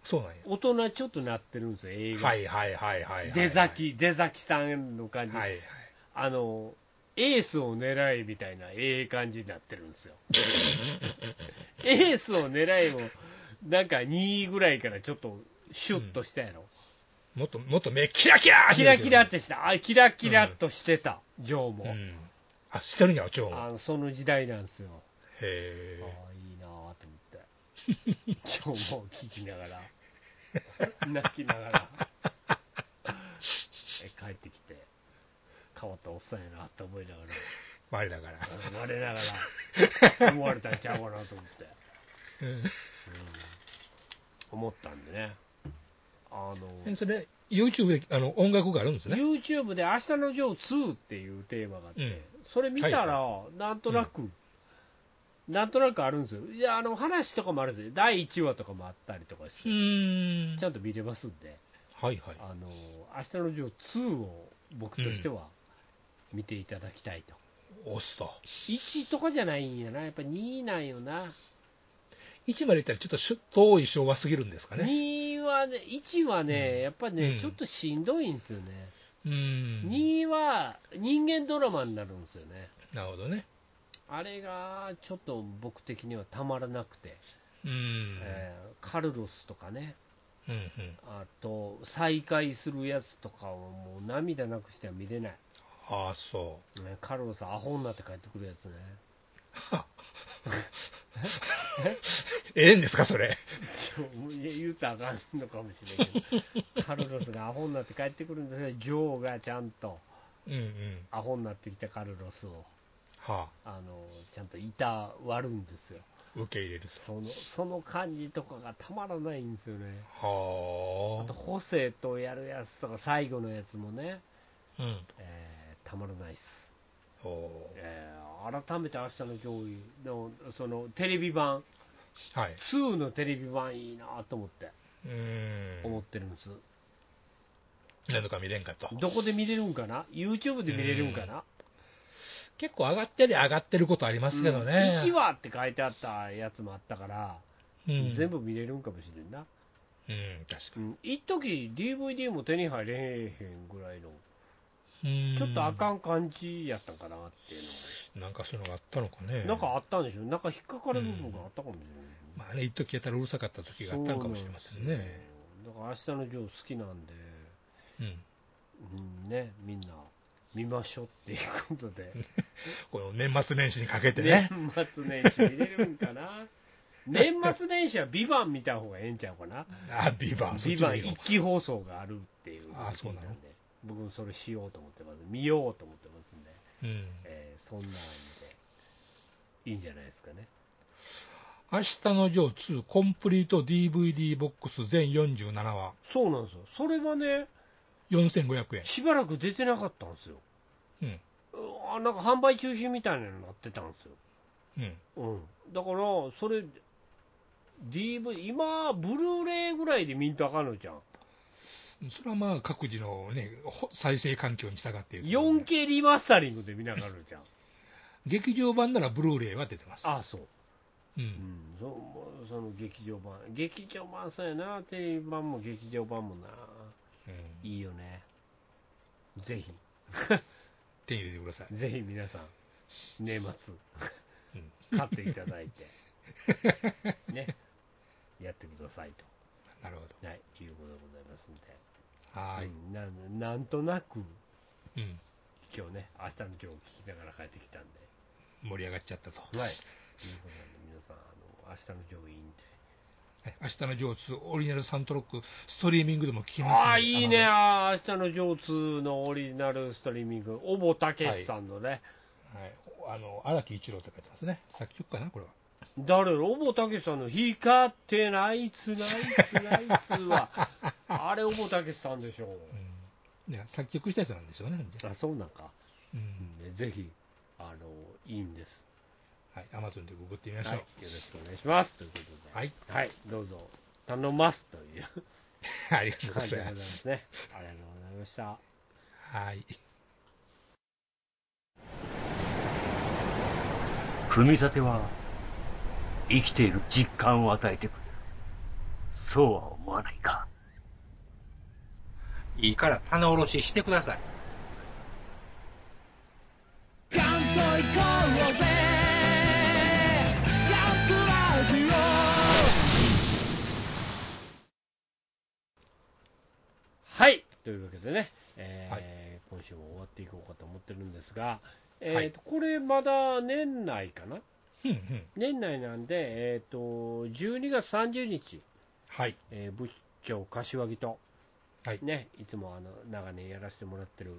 Speaker 3: そうなんや。
Speaker 1: 大人ちょっとなってるんですよ映画、
Speaker 3: はいはいはいはいはい。
Speaker 1: 出咲き出咲きさんの感じ、
Speaker 3: はいはい。
Speaker 1: あのエースを狙いみたいなええ感じになってるん ですよエースを狙いもなんか2位ぐらいからちょっとシュッとしたやろ、
Speaker 3: もっと、もっと目、キラキラ
Speaker 1: キラキラっ。てした、あキラキラっとしてた、ジョー
Speaker 3: う
Speaker 1: も、
Speaker 3: ん。あ、してるんや、蝶も。
Speaker 1: あのその時代なんですよ、
Speaker 3: へ
Speaker 1: あ
Speaker 3: え。
Speaker 1: あいいなぁと思って、ジョーも聞きながら、泣きなが ら、え帰ってきて、変わったおっさんやなと思いなが
Speaker 3: 我だから。
Speaker 1: ら、我なが ら、思われたんちゃうかなと思って、思ったんでね、あ
Speaker 3: え
Speaker 1: の
Speaker 3: それ、YouTube であの音楽があるんですね。
Speaker 1: YouTube で「明日のジョー2」っていうテーマがあって、
Speaker 3: うん
Speaker 1: それ見たら、なんとなく、なんとなくあるんですよ、いや、あの話とかもあるんですよ、第1話とかもあったりとかし
Speaker 3: う
Speaker 1: て、
Speaker 3: ーん。
Speaker 1: ちゃんと見れますんで、
Speaker 3: はいはい。
Speaker 1: あの明日のジョー2を僕としては見ていただきたいと、
Speaker 3: 押すと。
Speaker 1: 1とかじゃないんやな、やっぱ2なんよな、
Speaker 3: 1までいったらちょっとしょ遠い昭和すぎるんですかね。
Speaker 1: 2はね、1はね、
Speaker 3: うん
Speaker 1: やっぱね、
Speaker 3: うん
Speaker 1: ちょっとしんどいんですよね、
Speaker 3: うーん。
Speaker 1: 2は人間ドラマになるんですよね。
Speaker 3: なるほどね。
Speaker 1: あれがちょっと僕的にはたまらなくて、
Speaker 3: うーん。
Speaker 1: えーカルロスとかね、
Speaker 3: うんうん。
Speaker 1: あと再会するやつとかをもう涙なくしては見れない、
Speaker 3: ああ、そ
Speaker 1: ねカルロス、アホになって帰ってくるやつね、
Speaker 3: う。 ええんですか、それ。
Speaker 1: ちょもういや言うたらあかんのかもしれないけ ど、カルロスがアホになって帰ってくるんですね、ジョーがちゃんと
Speaker 3: うんうん。
Speaker 1: アホになってきたカルロスを。
Speaker 3: は
Speaker 1: あのちゃんといたわるんですよ
Speaker 3: あ、受け入れる。
Speaker 1: そのその感じとかがたまらないんですよねあ
Speaker 3: は
Speaker 1: と、ホセとやるやつとか、最後のやつもね、
Speaker 3: あ。うん。
Speaker 1: えーたまらないっす。
Speaker 3: お
Speaker 1: えー改めて明日の上位の、そのテレビ版、
Speaker 3: ーはい。
Speaker 1: 2のテレビ版いいなと思って、
Speaker 3: うー
Speaker 1: 思っ
Speaker 3: ん。
Speaker 1: てるんです。
Speaker 3: 何度か見れんかと。
Speaker 1: どこで見れるんかな ?YouTube で見れるんかな、
Speaker 3: 結構上がったり上がってることありますけどね。
Speaker 1: 1話って書いてあったやつもあったから、
Speaker 3: うん、
Speaker 1: 全部見れるんかもしれんな。
Speaker 3: うん、確か
Speaker 1: うん、一時 DVD も手に入れへんぐらいの、
Speaker 3: に。
Speaker 1: ちょっとあ
Speaker 3: ん。
Speaker 1: かん感じやったんかなっていうのを
Speaker 3: なんかそういうのがあったのかね。
Speaker 1: なんかあったんでしょ、なんか引っかかる部分があったかもしれない。
Speaker 3: まあね、一時やったらうるさかった時があったのかもしれません
Speaker 1: そうなんです
Speaker 3: ね。
Speaker 1: よだから明日のジョー好きなんで、
Speaker 3: うん。
Speaker 1: うん、ね、みんな見ましょうっていうことで、
Speaker 3: この年末年始にかけて ね
Speaker 1: 年。末年始見れるんか な。年末年始はビバン見た方がええんちゃうかな。
Speaker 3: あ、ビバン、そっ
Speaker 1: ビ
Speaker 3: ち
Speaker 1: バ
Speaker 3: で
Speaker 1: ン
Speaker 3: いいの
Speaker 1: 一。期放送があるっていう
Speaker 3: あそうなの
Speaker 1: で、僕もそれしようと思ってます。見ようと思ってますんで、
Speaker 3: うん。
Speaker 1: えーそんなんで、いいんじゃないですかね。
Speaker 3: 明日のジョー2コンプリート DVD ボックス全47話、
Speaker 1: そうなんですよ。それはね、
Speaker 3: 4500円。
Speaker 1: しばらく出てなかったんですよ。
Speaker 3: うん。
Speaker 1: うわなんか販売中止みたいなのになってたんですよ。
Speaker 3: うん。
Speaker 1: うん、だから、それ、DV、今、ブルーレイぐらいで見んとあかんのじゃん、
Speaker 3: それはまあ各自のね、ほ再生環境に従っている、
Speaker 1: 4K リマスタリングで見ながらじゃん、
Speaker 3: 劇場版ならブルーレイは出てます。
Speaker 1: あそう、
Speaker 3: う。
Speaker 1: うんん、そもうその劇場版、劇場版そうやな、テレビ版も劇場版もな、
Speaker 3: うん
Speaker 1: いいよね、ぜひ、
Speaker 3: 手に入れてください。
Speaker 1: ぜひ皆さん、年末
Speaker 3: うん、
Speaker 1: 買っていただい て、ね、やってください
Speaker 3: なるほ
Speaker 1: と、はい、いうことでございますんで、
Speaker 3: ど。はーい。
Speaker 1: うんななんとなく。
Speaker 3: うん。
Speaker 1: 今日ね、明日の今日を聞きながら帰ってきたん
Speaker 3: 盛り上がっちゃったと。
Speaker 1: で、はい。ということなんで、皆さん、あの明日の今日いいんで。
Speaker 3: はい明日のジョー2オリジナルサントロック、ストリーミングでも聴きますので
Speaker 1: ああ、いいね、
Speaker 3: は
Speaker 1: あー明日の上通のオリジナルストリーミング、小保武史さんのね、
Speaker 3: い。あの、荒木一郎って書いてますね。作曲かな、これは。
Speaker 1: 誰よ、小保武史さんの光ってないつないつないつは、あれ、小保武史さんでしょ
Speaker 3: うん。ね作曲した人なんでしょうね。ほんで
Speaker 1: あ、そうなんか、
Speaker 3: うん。
Speaker 1: ねぜひ、あの、いいんです。
Speaker 3: はい。アマゾンでググってみましょ
Speaker 1: は
Speaker 3: う。
Speaker 1: い、よろしくお願いします。ということで、
Speaker 3: はい。
Speaker 1: はい、どうぞ、頼ますという。
Speaker 3: ありがとうご
Speaker 1: 感じでご
Speaker 3: ざい
Speaker 1: ざい
Speaker 3: ま。
Speaker 1: ますすね。ありがとうございました。
Speaker 3: はい。
Speaker 4: 組み立ては生きている実感を与えてくれる。そうは思わないか。
Speaker 5: いいから棚卸ししてください。
Speaker 1: はい、というわけでね、えー
Speaker 3: はい
Speaker 1: 今週も終わっていこうかと思ってるんですが、えーとこれまだ年内かな
Speaker 3: うんうん。
Speaker 1: 年内なんで、えー、と12月30日、
Speaker 3: はい。
Speaker 1: えー部長柏木と、
Speaker 3: はい
Speaker 1: ね、いつもあの長年やらせてもらってる、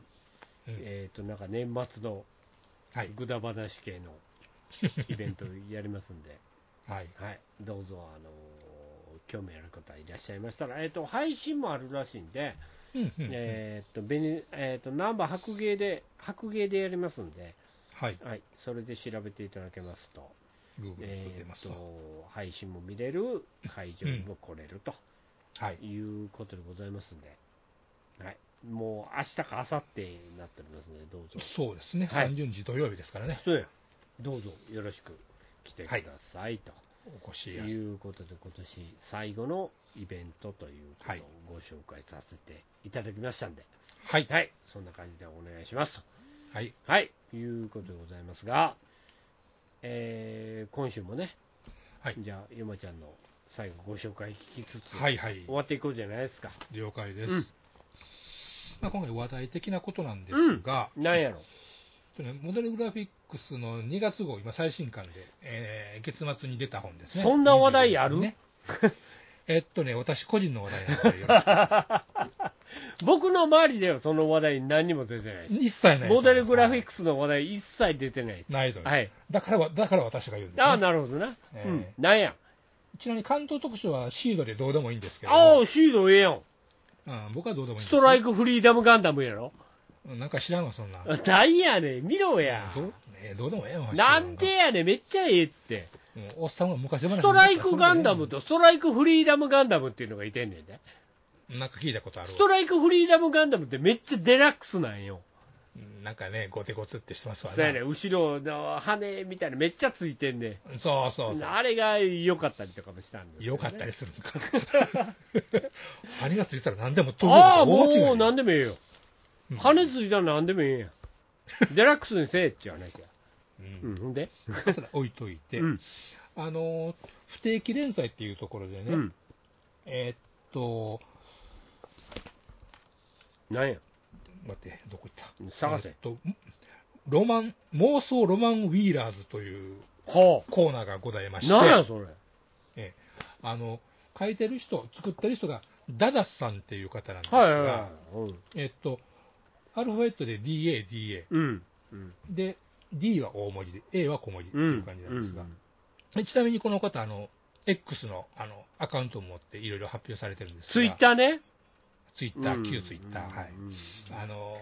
Speaker 3: うん
Speaker 1: えー、となんか年末の
Speaker 3: はい。
Speaker 1: ぐだ話系のイベントやります んで、
Speaker 3: はい。
Speaker 1: はい、どうぞ、あのー興味ある方いらっしゃいましたら、えー、と配信もあるらしいんで、
Speaker 3: うんうんうん。
Speaker 1: えーっとベニえーっとナンバー白芸で白芸でやりますんで、
Speaker 3: はい。
Speaker 1: はい、それで調べていただけますと、
Speaker 3: ググって
Speaker 1: えー
Speaker 3: ます
Speaker 1: っ
Speaker 3: と。
Speaker 1: と配信も見れる、会場にも来れると
Speaker 3: はい。
Speaker 1: いうことでございますんで、はい、もう明日か明後日になっておりますので、どうぞ。
Speaker 3: そうですね。
Speaker 1: はい
Speaker 3: 30日土曜日ですからね。
Speaker 1: そうやどうぞよろしく来てくださいと。
Speaker 3: お越し
Speaker 1: と
Speaker 3: やす。
Speaker 1: いうことで、今年最後のイベントということを
Speaker 3: はい
Speaker 1: ご紹介させていただきましたんで、
Speaker 3: はい。
Speaker 1: はい、そんな感じでお願いしますと。
Speaker 3: はい。
Speaker 1: はい、いうことでございますが、えー今週もね、
Speaker 3: はい
Speaker 1: じゃあ、ゆまちゃんの最後、ご紹介聞きつつ、
Speaker 3: はいはい
Speaker 1: 終。わっていこうじゃないですか。
Speaker 3: 了解で
Speaker 1: うん
Speaker 3: す。まあ今回話題的なことなんですが、
Speaker 1: なんやろ、
Speaker 3: ちょっとねモデルグラフィックスの2月号、今最新刊で、えー月末に出た本ですね。
Speaker 1: そんな話題ある
Speaker 3: 25ね えっとね、私個人の話題なのでよろし く、
Speaker 1: 僕の周りではその話題、何にも出てないです。
Speaker 3: 一切ないと思い
Speaker 1: モ
Speaker 3: ます。
Speaker 1: デルグラフィックスの話題、一切出てないです。
Speaker 3: ないと思います
Speaker 1: はい、
Speaker 3: だからわ、だから私が言うんです、ね。
Speaker 1: ああ、なるほどな、
Speaker 3: えー
Speaker 1: うん、なんや、
Speaker 3: ちなみに関東特集はシードでどうでもいいんですけど
Speaker 1: あ
Speaker 3: も、
Speaker 1: あ、シードええやん、
Speaker 3: うん、僕はどうでもいいんです
Speaker 1: ス
Speaker 3: けど
Speaker 1: トライクフリーダムガンダムやろ、
Speaker 3: うんなんか知らんわ、そんな。
Speaker 1: なんやねん、見ろや
Speaker 3: どうえーどうでもええわ、
Speaker 1: なんでやねん、めっちゃええって。
Speaker 3: うんおっさんは昔話
Speaker 1: ストライクガンダムとストライクフリーダムガンダムっていうのがいてんねんね。
Speaker 3: なんか聞いたことある
Speaker 1: ストライクフリーダムガンダムってめっちゃデラックスなんよ。
Speaker 3: うんなんかね、ゴテゴテってしてますわ
Speaker 1: そうやねん後ろの羽みたいなめっちゃついてんね。
Speaker 3: そうそうんそう。
Speaker 1: あれが良かったりとかもしたんですけど
Speaker 3: よ
Speaker 1: ね
Speaker 3: かったりするのか。 羽がついたら何でも飛ぶの
Speaker 1: あ
Speaker 3: と
Speaker 1: あ、も
Speaker 3: 大違いよ
Speaker 1: う何でもええよ。
Speaker 3: うん
Speaker 1: 羽ついたら何でもええやん。デラックスにせえって言わなきゃ。う
Speaker 3: う
Speaker 1: んん、ほんで。
Speaker 3: それ置いといて、
Speaker 1: うん。
Speaker 3: あのー、不定期連載っていうところでね、
Speaker 1: うん。
Speaker 3: えーっと、
Speaker 1: なんや。
Speaker 3: 待って、どこ行った
Speaker 1: 探せ
Speaker 3: えっと、んロマン、妄想ロマンウィーラーズという
Speaker 1: は
Speaker 3: コーナーがございまし
Speaker 1: あ、な
Speaker 3: て、
Speaker 1: んやそれ。
Speaker 3: ええあの、書いてる人、作ってる人が、ダダスさんっていう方なんですが、
Speaker 1: はいはいはい。うん
Speaker 3: えっと、アルファベットで DA、DA、
Speaker 1: うん。うん。
Speaker 3: で、D は大文字で、A は小文字っていう感じなんですが、でちなみにこの方、あの、X のあのアカウントを持っていろいろ発表されてるんですが、
Speaker 1: ツイッターね。
Speaker 3: ツイッター、旧ツイッター、はい。あの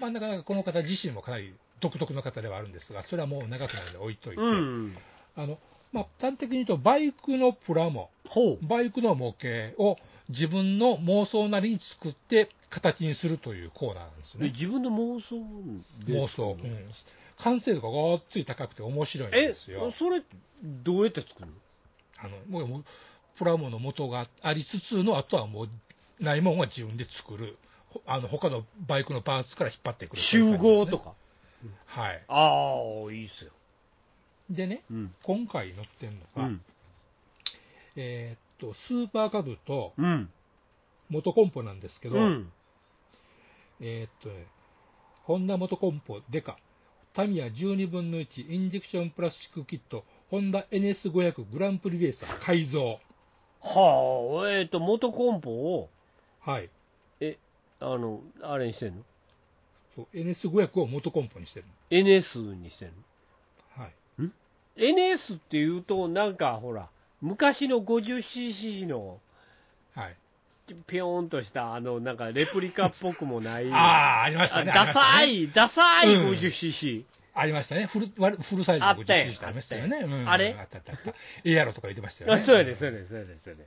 Speaker 3: ーまあ、なかなかこの方自身もかなり独特の方ではあるんですが、それはもう長くなるので置いといて、
Speaker 1: うん。うん。
Speaker 3: あのまあ、端的に言うと、バイクのプラモ、
Speaker 1: ほ
Speaker 3: バイクの模型を自分の妄想なりに作って形にするというコーナーなんです
Speaker 1: う。で
Speaker 3: ね、
Speaker 1: 自分の妄想で
Speaker 3: 妄想、うん完成度がごっつい高くて面白いん
Speaker 1: え
Speaker 3: ですよ、
Speaker 1: それどうやって作るの
Speaker 3: あのもうもうプラモの元がありつつの、あとはもうないもんは自分で作る。ほあの他のバイクのパーツから引っ張ってくる、
Speaker 1: 集合と
Speaker 3: か、
Speaker 1: か
Speaker 3: はい、
Speaker 1: ああいいっすよ
Speaker 3: でね、
Speaker 1: うん
Speaker 3: 今回乗ってんの
Speaker 1: う
Speaker 3: が、
Speaker 1: ん
Speaker 3: えーっと、スーパーカブと
Speaker 1: うん
Speaker 3: 元コンポなんですけど、
Speaker 1: うん
Speaker 3: えーっとね、ホンダ元コンポデカ、タミヤ12分の1、インジェクションプラスチックキット、ホンダ NS500 グランプリレーサー改造。
Speaker 1: はあえっ、と元コンポを
Speaker 3: はい。
Speaker 1: あのあれにしてんの
Speaker 3: そう NS500 を元コンポにしてる。
Speaker 1: NS にしてんの
Speaker 3: はい。
Speaker 1: NS っていうとなんかほら昔の 50cc の
Speaker 3: はい。
Speaker 1: ぴょんとしたあのなんかレプリカっぽくもない
Speaker 3: ああ、ありまし
Speaker 1: あ
Speaker 3: たね。
Speaker 1: ダサ
Speaker 3: い
Speaker 1: い、ダサい
Speaker 3: うん
Speaker 1: 50cc、
Speaker 3: ありましたね。フル割フルサイズの
Speaker 1: あったよ
Speaker 3: 50cc ってありましたよね。うん
Speaker 1: あれ
Speaker 3: あったあったあった。エアロとか言ってましたよ
Speaker 1: あ
Speaker 3: ね。
Speaker 1: そうやね、そうやね、そうやね、そうやね、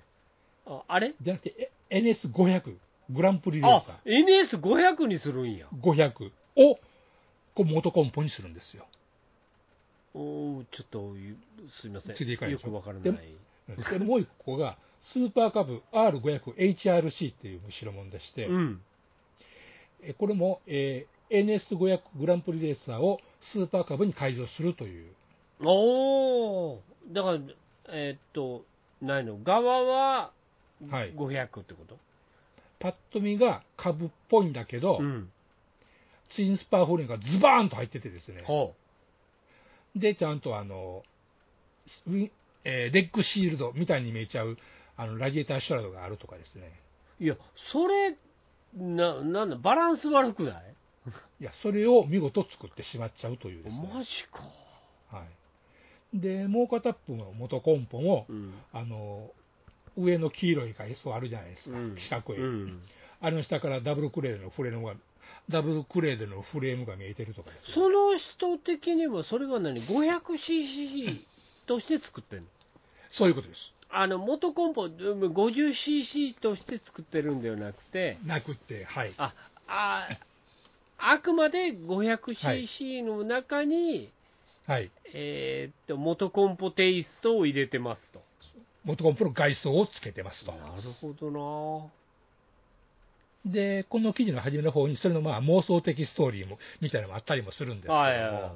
Speaker 1: ああれ
Speaker 3: じゃなくて、え NS500 グランプリレー
Speaker 1: あ
Speaker 3: サー。
Speaker 1: NS500 にするんや、
Speaker 3: 500をこう元コンポにするんですよ。
Speaker 1: おーちょっとすみませ、
Speaker 3: ついていかなんい
Speaker 1: よ
Speaker 3: でしょ
Speaker 1: くわからな
Speaker 3: で
Speaker 1: い
Speaker 3: も、でもう一個が、スーパーカブ R500HRC っていう後ろもんでして、
Speaker 1: うん、
Speaker 3: えこれも、えー NS500 グランプリレーサーをスーパーカブに改造するという、
Speaker 1: おお、だから、えーっと、ないの、側は
Speaker 3: はい、
Speaker 1: 500ってこと、
Speaker 3: パッと見がカブっぽいんだけど、
Speaker 1: うん、
Speaker 3: ツインスパーホールディングがズバーンと入っててですね、
Speaker 1: ほ
Speaker 3: で、ちゃんとあの、ウィンえーレッグシールドみたいに見えちゃうあのラジエーターシュラードがあるとかですね、
Speaker 1: う、いや、それ、ななんだ、バランス悪くない
Speaker 3: いや、それを見事作ってしまっちゃうというですね。
Speaker 1: マジか、
Speaker 3: はい、でもう片っぽの元コンポも、
Speaker 1: うん、
Speaker 3: あの上の黄色い外装あるじゃないですか、
Speaker 1: うん
Speaker 3: 四角い、
Speaker 1: うん、
Speaker 3: あれの下からダブルクレードのフレームがダブルクレードのフレームが見えてるとかですね
Speaker 1: その人的には、それは何、500cc として作ってんの
Speaker 3: そういうことです
Speaker 1: あの元コンポ、うん 50cc として作ってるんではなくて、
Speaker 3: なくってはい
Speaker 1: あああくまで 500cc の中に、
Speaker 3: はい
Speaker 1: えーっと元コンポテイストを入れてますと。
Speaker 3: 元コンポの外装をつけてますと
Speaker 1: なるほどな。
Speaker 3: でこの記事の初めの方にそれのまあ妄想的ストーリーもみたいなのもあったりもするんですけども、
Speaker 1: はいはいは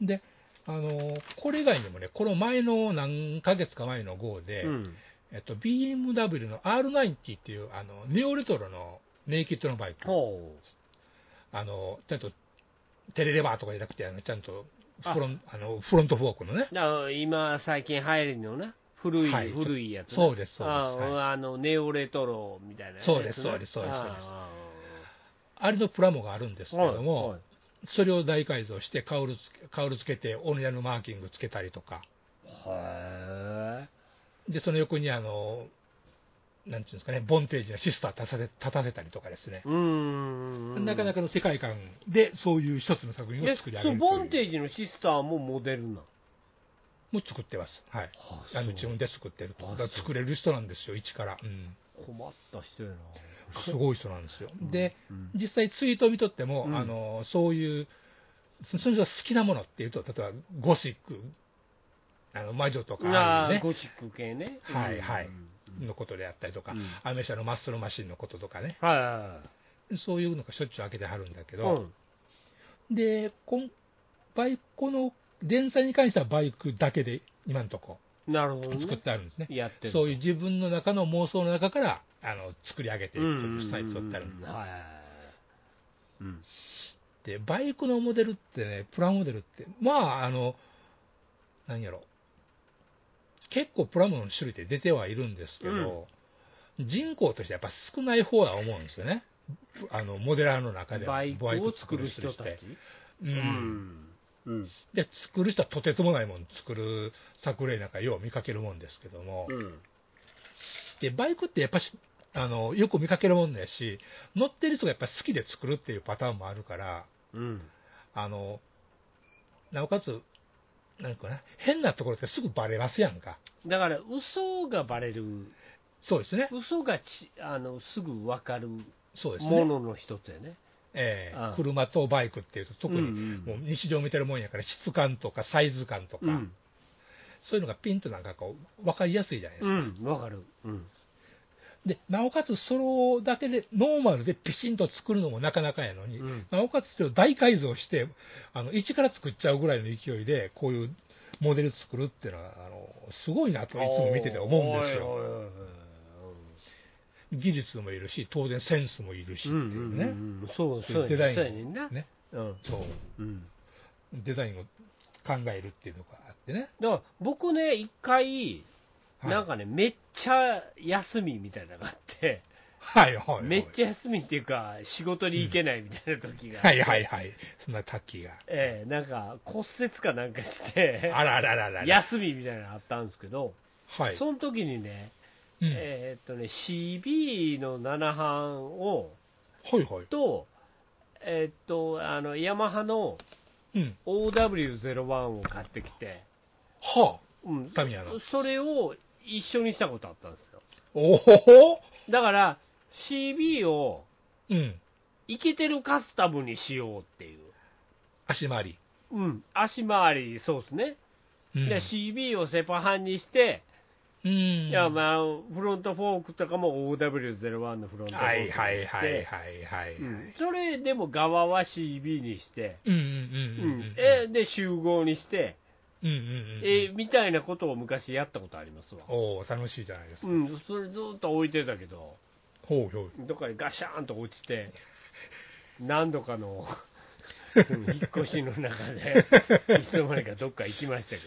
Speaker 1: い
Speaker 3: であのこれ以外にもねこの前の何ヶ月か前の号で、
Speaker 1: うん
Speaker 3: えっと、BMW の R90 っていうあのネオレトロのネイキッドのバイク、
Speaker 1: ほ
Speaker 3: あのちゃんとテレレバーとかじゃなくて、あのちゃんとフロンあのフロントフォークのね
Speaker 1: う、だから今、最近流行りのな、古い、
Speaker 3: はい
Speaker 1: 古いやつな、
Speaker 3: そうですそうです
Speaker 1: あ,、
Speaker 3: は
Speaker 1: あのネオレトロみたいなやつな
Speaker 3: そうですそうですそうですそうです
Speaker 1: あ
Speaker 3: あれのプラモがあるんです
Speaker 1: ー
Speaker 3: けども、
Speaker 1: はい
Speaker 3: それを大改造してカウルつけ、カウルつけて、オニアのマーキングつけたりとか、
Speaker 1: はいへ
Speaker 3: でその横にあの、なんていうんですかね、ボンテージのシスター立たせ立たせたりとかですね
Speaker 1: ー、うーん
Speaker 3: なかなかの世界観で、そういう一つの作品を
Speaker 1: で
Speaker 3: 作り上
Speaker 1: そ
Speaker 3: げ
Speaker 1: の
Speaker 3: る
Speaker 1: ボ
Speaker 3: と
Speaker 1: ン
Speaker 3: いう
Speaker 1: テージのシスターもモデルなの
Speaker 3: も作ってます。はいあの自分で作ってると
Speaker 1: あ
Speaker 3: だから
Speaker 1: そう
Speaker 3: 作れる人なんですよ、一から、うん
Speaker 1: 困った人やな。
Speaker 3: すごい人なんですよ。で、
Speaker 1: うん
Speaker 3: 実際、ツイートを見とっても、
Speaker 1: うん
Speaker 3: あのそういう、そその人が好きなものっていうと、例えばゴシック、あの魔女とかあ
Speaker 1: あ
Speaker 3: あいう
Speaker 1: ー
Speaker 3: ね、
Speaker 1: ゴシック系ね。
Speaker 3: はいはい
Speaker 1: うん
Speaker 3: のことであったりとか、
Speaker 1: うん
Speaker 3: アメ車のマッスルマシンのこととかね、
Speaker 1: はいはいはい。
Speaker 3: そういうのがしょっちゅう開けてはるんだけ
Speaker 1: う
Speaker 3: ど、
Speaker 1: ん
Speaker 3: で、今バイク、この連載に関してはバイクだけで、今のとこ
Speaker 1: なるほど、ね。
Speaker 3: 作ってあるんですね。
Speaker 1: やってる。
Speaker 3: そう
Speaker 1: う
Speaker 3: いう自分の中の妄想の中からあの作り上げていくというスタイルを取ってあるんで
Speaker 1: んうんうんはいはいはい。
Speaker 4: うん。
Speaker 3: で、バイクのモデルってね、プラモデルって、まあ、あの、何やろ、結構プラモの種類って出てはいるんですけど、人口としてやっぱ少ない方は思うんですよね。あの、モデラーの中では
Speaker 1: バイクを作る人
Speaker 3: バイク
Speaker 1: た
Speaker 3: 作る
Speaker 1: ち
Speaker 3: 人。う。
Speaker 1: うんん。うん。
Speaker 3: で、作る人はとてつもないもん作る作例なんかよう見かけるもんですけども、
Speaker 1: うん。
Speaker 3: で、バイクってやっぱし、あの、よく見かけるもんだし、乗ってる人がやっぱ好きで作るっていうパターンもあるから、
Speaker 1: うん。
Speaker 3: あの、なおかつ、なんかな、変なところってすぐバレますやんか。
Speaker 1: だから、嘘がバレる、
Speaker 3: そうですね。
Speaker 1: 嘘がちあのすぐ分かる
Speaker 3: そうです
Speaker 1: も
Speaker 3: ね。
Speaker 1: のの一つやね。
Speaker 3: ええ
Speaker 1: ああ
Speaker 3: 車とバイクっていうと特に、
Speaker 1: うんうん
Speaker 3: もう日常見てるもんやから、質感とかサイズ感とか、
Speaker 1: うん。
Speaker 3: そういうのがピンとなんかこう、わかりやすいじゃないです
Speaker 1: う
Speaker 3: か。
Speaker 1: ん。分かる。うん。
Speaker 3: で、なおかつそれだけで、ノーマルでピシンと作るのもなかなかやのに、
Speaker 1: うん
Speaker 3: なおかつそれを大改造して、あの、一から作っちゃうぐらいの勢いで、こういうモデル作るっていうのは、あの、すごいなといつも見てて思うんですよ。
Speaker 1: おいおいおいおい
Speaker 3: 技術もいるし、当然センスもいるしっていうね、
Speaker 1: うんうんうんそう
Speaker 3: そう
Speaker 1: そ
Speaker 3: いう
Speaker 1: う
Speaker 3: デザイン
Speaker 1: そうやねんな、
Speaker 3: ね
Speaker 1: うん
Speaker 3: そ
Speaker 1: う
Speaker 3: う
Speaker 1: ん、
Speaker 3: デザインを考えるっていうのがあってね、
Speaker 1: だから僕ね一回
Speaker 3: はい
Speaker 1: なんかね、めっちゃ休みみたいなのがあって、
Speaker 3: はいはいはい、
Speaker 1: めっちゃ休みっていうか仕事に行けないみたいな時があって、
Speaker 3: はいはいはい、そんなタッキーが、
Speaker 1: ええなんか骨折かなんかして
Speaker 3: あららららら、
Speaker 1: 休みみたいなのあったんですけど、
Speaker 3: はい、
Speaker 1: その時にね、
Speaker 3: うん
Speaker 1: えーっとね CB の7班を
Speaker 3: はいはい、
Speaker 1: と,、えーっとあのヤマハの
Speaker 3: うん、
Speaker 1: OW01 を買ってきて、
Speaker 3: はあ、
Speaker 1: うん、
Speaker 3: タミヤの、
Speaker 1: それを一緒にしたことあったんですよ
Speaker 3: おほほ、
Speaker 1: だから CB を
Speaker 3: うん、
Speaker 1: イケてるカスタムにしようっていう、
Speaker 3: 足回り、
Speaker 1: うん、足回りそうですね、
Speaker 3: うん、
Speaker 1: で CB をセパハンにして、
Speaker 3: うん、
Speaker 1: いやまあフロントフォークとかも OW01 のフロントフォ
Speaker 3: は
Speaker 1: ーク
Speaker 3: い
Speaker 1: にして、
Speaker 3: はいはいはいはい、う
Speaker 1: うんん、それでも側は CB にして、
Speaker 3: うんうん
Speaker 1: う
Speaker 3: うんうん
Speaker 1: ん、えで集合にして、
Speaker 3: うんうんうん
Speaker 1: えみたいなことを昔やったことありますわ、
Speaker 3: おお楽しいじゃないですか、
Speaker 1: うん、それずっと置いてたけど
Speaker 3: ほうほう
Speaker 1: どっかにガシャーンと落ちて、何度か のうん引っ越しの中で、 いつの間にかどっか行きましたけ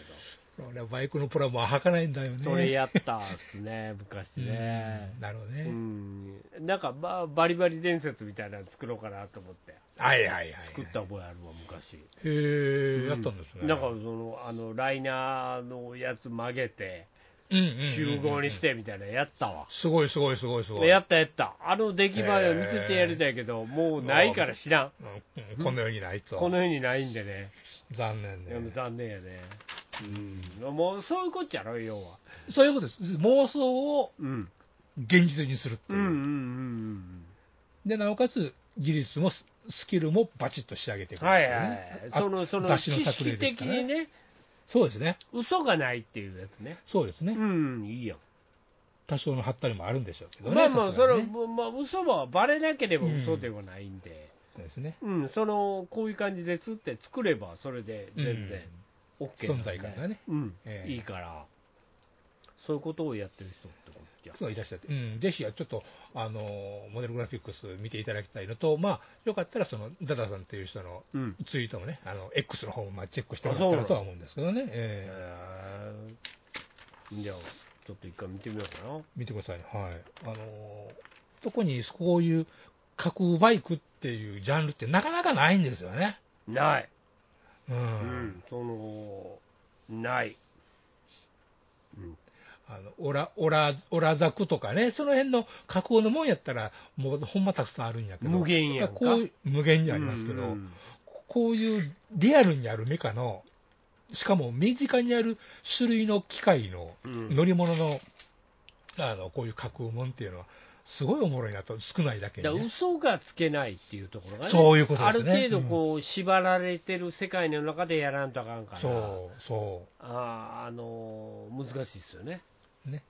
Speaker 3: 俺はバイクのプラモは履かないんだよね
Speaker 1: ど、それやったっすね、昔ね
Speaker 3: うん。なるほど
Speaker 1: う
Speaker 3: ね、
Speaker 1: ん、なんかばバリバリ伝説みたいなの作ろうかなと思って、
Speaker 3: はいはいはいはい
Speaker 1: 作った覚えあるわ、昔。
Speaker 3: へえ、やったんですね。
Speaker 1: なんかそのあのライナーのやつ曲げて、
Speaker 3: うんうんうんうん
Speaker 1: 集合にし。てみたいなのやったわ。
Speaker 3: すごいすごいすごいすごい。
Speaker 1: やったやった、あの出来栄えを見せてやりたいけど、もうないから知らん、
Speaker 3: うんうんこの世にないと。
Speaker 1: この世にないんでね。
Speaker 3: 残念
Speaker 1: いやもう
Speaker 3: ね。
Speaker 1: 残念やね、うん、もうそういうこっちゃろ、要は。
Speaker 3: そういうことです。妄想を
Speaker 1: うん、
Speaker 3: 現実にするって
Speaker 1: う
Speaker 3: い
Speaker 1: ん、うん、う
Speaker 3: う。
Speaker 1: ん
Speaker 3: で、なおかつ、技術もススキルもバチッと仕上げていく
Speaker 1: うん、
Speaker 3: んです
Speaker 1: は
Speaker 3: よ
Speaker 1: い
Speaker 3: ね、
Speaker 1: はい、
Speaker 3: あ
Speaker 1: そのその
Speaker 3: 雑誌
Speaker 1: 知
Speaker 3: の作例
Speaker 1: 識
Speaker 3: で
Speaker 1: 的
Speaker 3: すからね
Speaker 1: にね、
Speaker 3: そうですね。
Speaker 1: 嘘がないっていうやつね、
Speaker 3: そうですね。
Speaker 1: うん、いいよ、
Speaker 3: 多少のハったりもあるんでしょうけどね。
Speaker 1: まあまあ、
Speaker 3: さすが
Speaker 1: そ
Speaker 3: に
Speaker 1: れ、
Speaker 3: ね
Speaker 1: まあ、嘘はばれなければ嘘ではないんで、
Speaker 3: そうですね。
Speaker 1: うん、そのこういう感じですって作れば、それで全然 OK なんで、
Speaker 3: 存在感がね
Speaker 1: うん
Speaker 3: ええ
Speaker 1: いいから、そういうことをやってる人ってこっちゃ
Speaker 3: うん。そういらっしゃって、うん、ぜひちょっとあのモデルグラフィックス見ていただきたいのと、まあ、よかったらそのダダさんっていう人の
Speaker 1: うん
Speaker 3: ツイートもね、あの X の方もまあチェックしてもらったらとは思うんですけどね、ええ
Speaker 1: へえじゃあ、ちょっと一回見てみようかな。
Speaker 3: 見てください、はいあのー特にこういう架空バイクっていうジャンルってなかなかないんですよね。
Speaker 1: ない、
Speaker 3: うん
Speaker 1: うん、その、ない、うん、
Speaker 3: あのオラオラオラザクとかね、その辺の架空のもんやったら、もうほんまたくさんあるんやけど、
Speaker 1: 無限やんか
Speaker 3: こういう無限にありますけど、
Speaker 1: うんうん
Speaker 3: こういうリアルにあるメカの、しかも身近にある種類の機械の
Speaker 1: うん
Speaker 3: 乗り物の,、あのこういう架空もんっていうのは、すごいおもろいなと、少ないだけ
Speaker 1: だ
Speaker 3: に、
Speaker 1: から
Speaker 3: ね。
Speaker 1: 嘘がつけないっていうところがね、
Speaker 3: そういうことですね
Speaker 1: ある程度こう縛られてる世界の中でやらんとあかんから、
Speaker 3: そうそ
Speaker 1: あーあのー難しいですよね。
Speaker 3: う、ね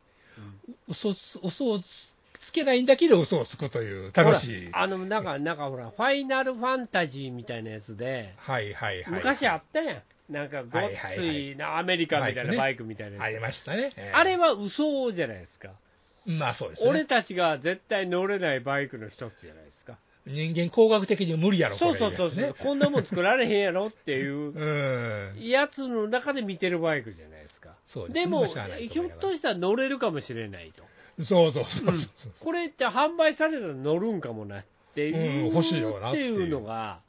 Speaker 1: うん
Speaker 3: 嘘つ嘘をつつけないんだけど、嘘をつくという、楽しい
Speaker 1: ほ、らあのなんか、なんかほら、ファイナルファンタジーみたいなやつで、
Speaker 3: はいはいはい、
Speaker 1: 昔あ
Speaker 3: あ
Speaker 1: ったやん、なんかごっつ
Speaker 3: はいはい
Speaker 1: いなアメリカみたいな
Speaker 3: バ
Speaker 1: バ
Speaker 3: イ
Speaker 1: イクみたいなや
Speaker 3: り
Speaker 1: つ、
Speaker 3: ましたね、ええ
Speaker 1: あれは嘘じゃないですか、
Speaker 3: まあそうですね、
Speaker 1: 俺たちが絶対乗れないバイクの一つじゃないですか、
Speaker 3: 人間工学的に無理やろ、
Speaker 1: そう
Speaker 3: こ
Speaker 1: そ
Speaker 3: れ
Speaker 1: うそうそう、
Speaker 3: ですね
Speaker 1: こんなもん作られへんやろっていう
Speaker 3: うん。
Speaker 1: やつの中で見てるバイクじゃないですか。
Speaker 3: そうですね
Speaker 1: でも、
Speaker 3: まあしゃあないと
Speaker 1: ひょ
Speaker 3: 思
Speaker 1: っ
Speaker 3: いながら
Speaker 1: としたら乗れるかもしれないと。
Speaker 3: そうそうそうそう。
Speaker 1: これって販売されたら乗るんかもなっていう、
Speaker 3: うん欲しいよな
Speaker 1: っ
Speaker 3: ってて
Speaker 1: い
Speaker 3: いう
Speaker 1: うのが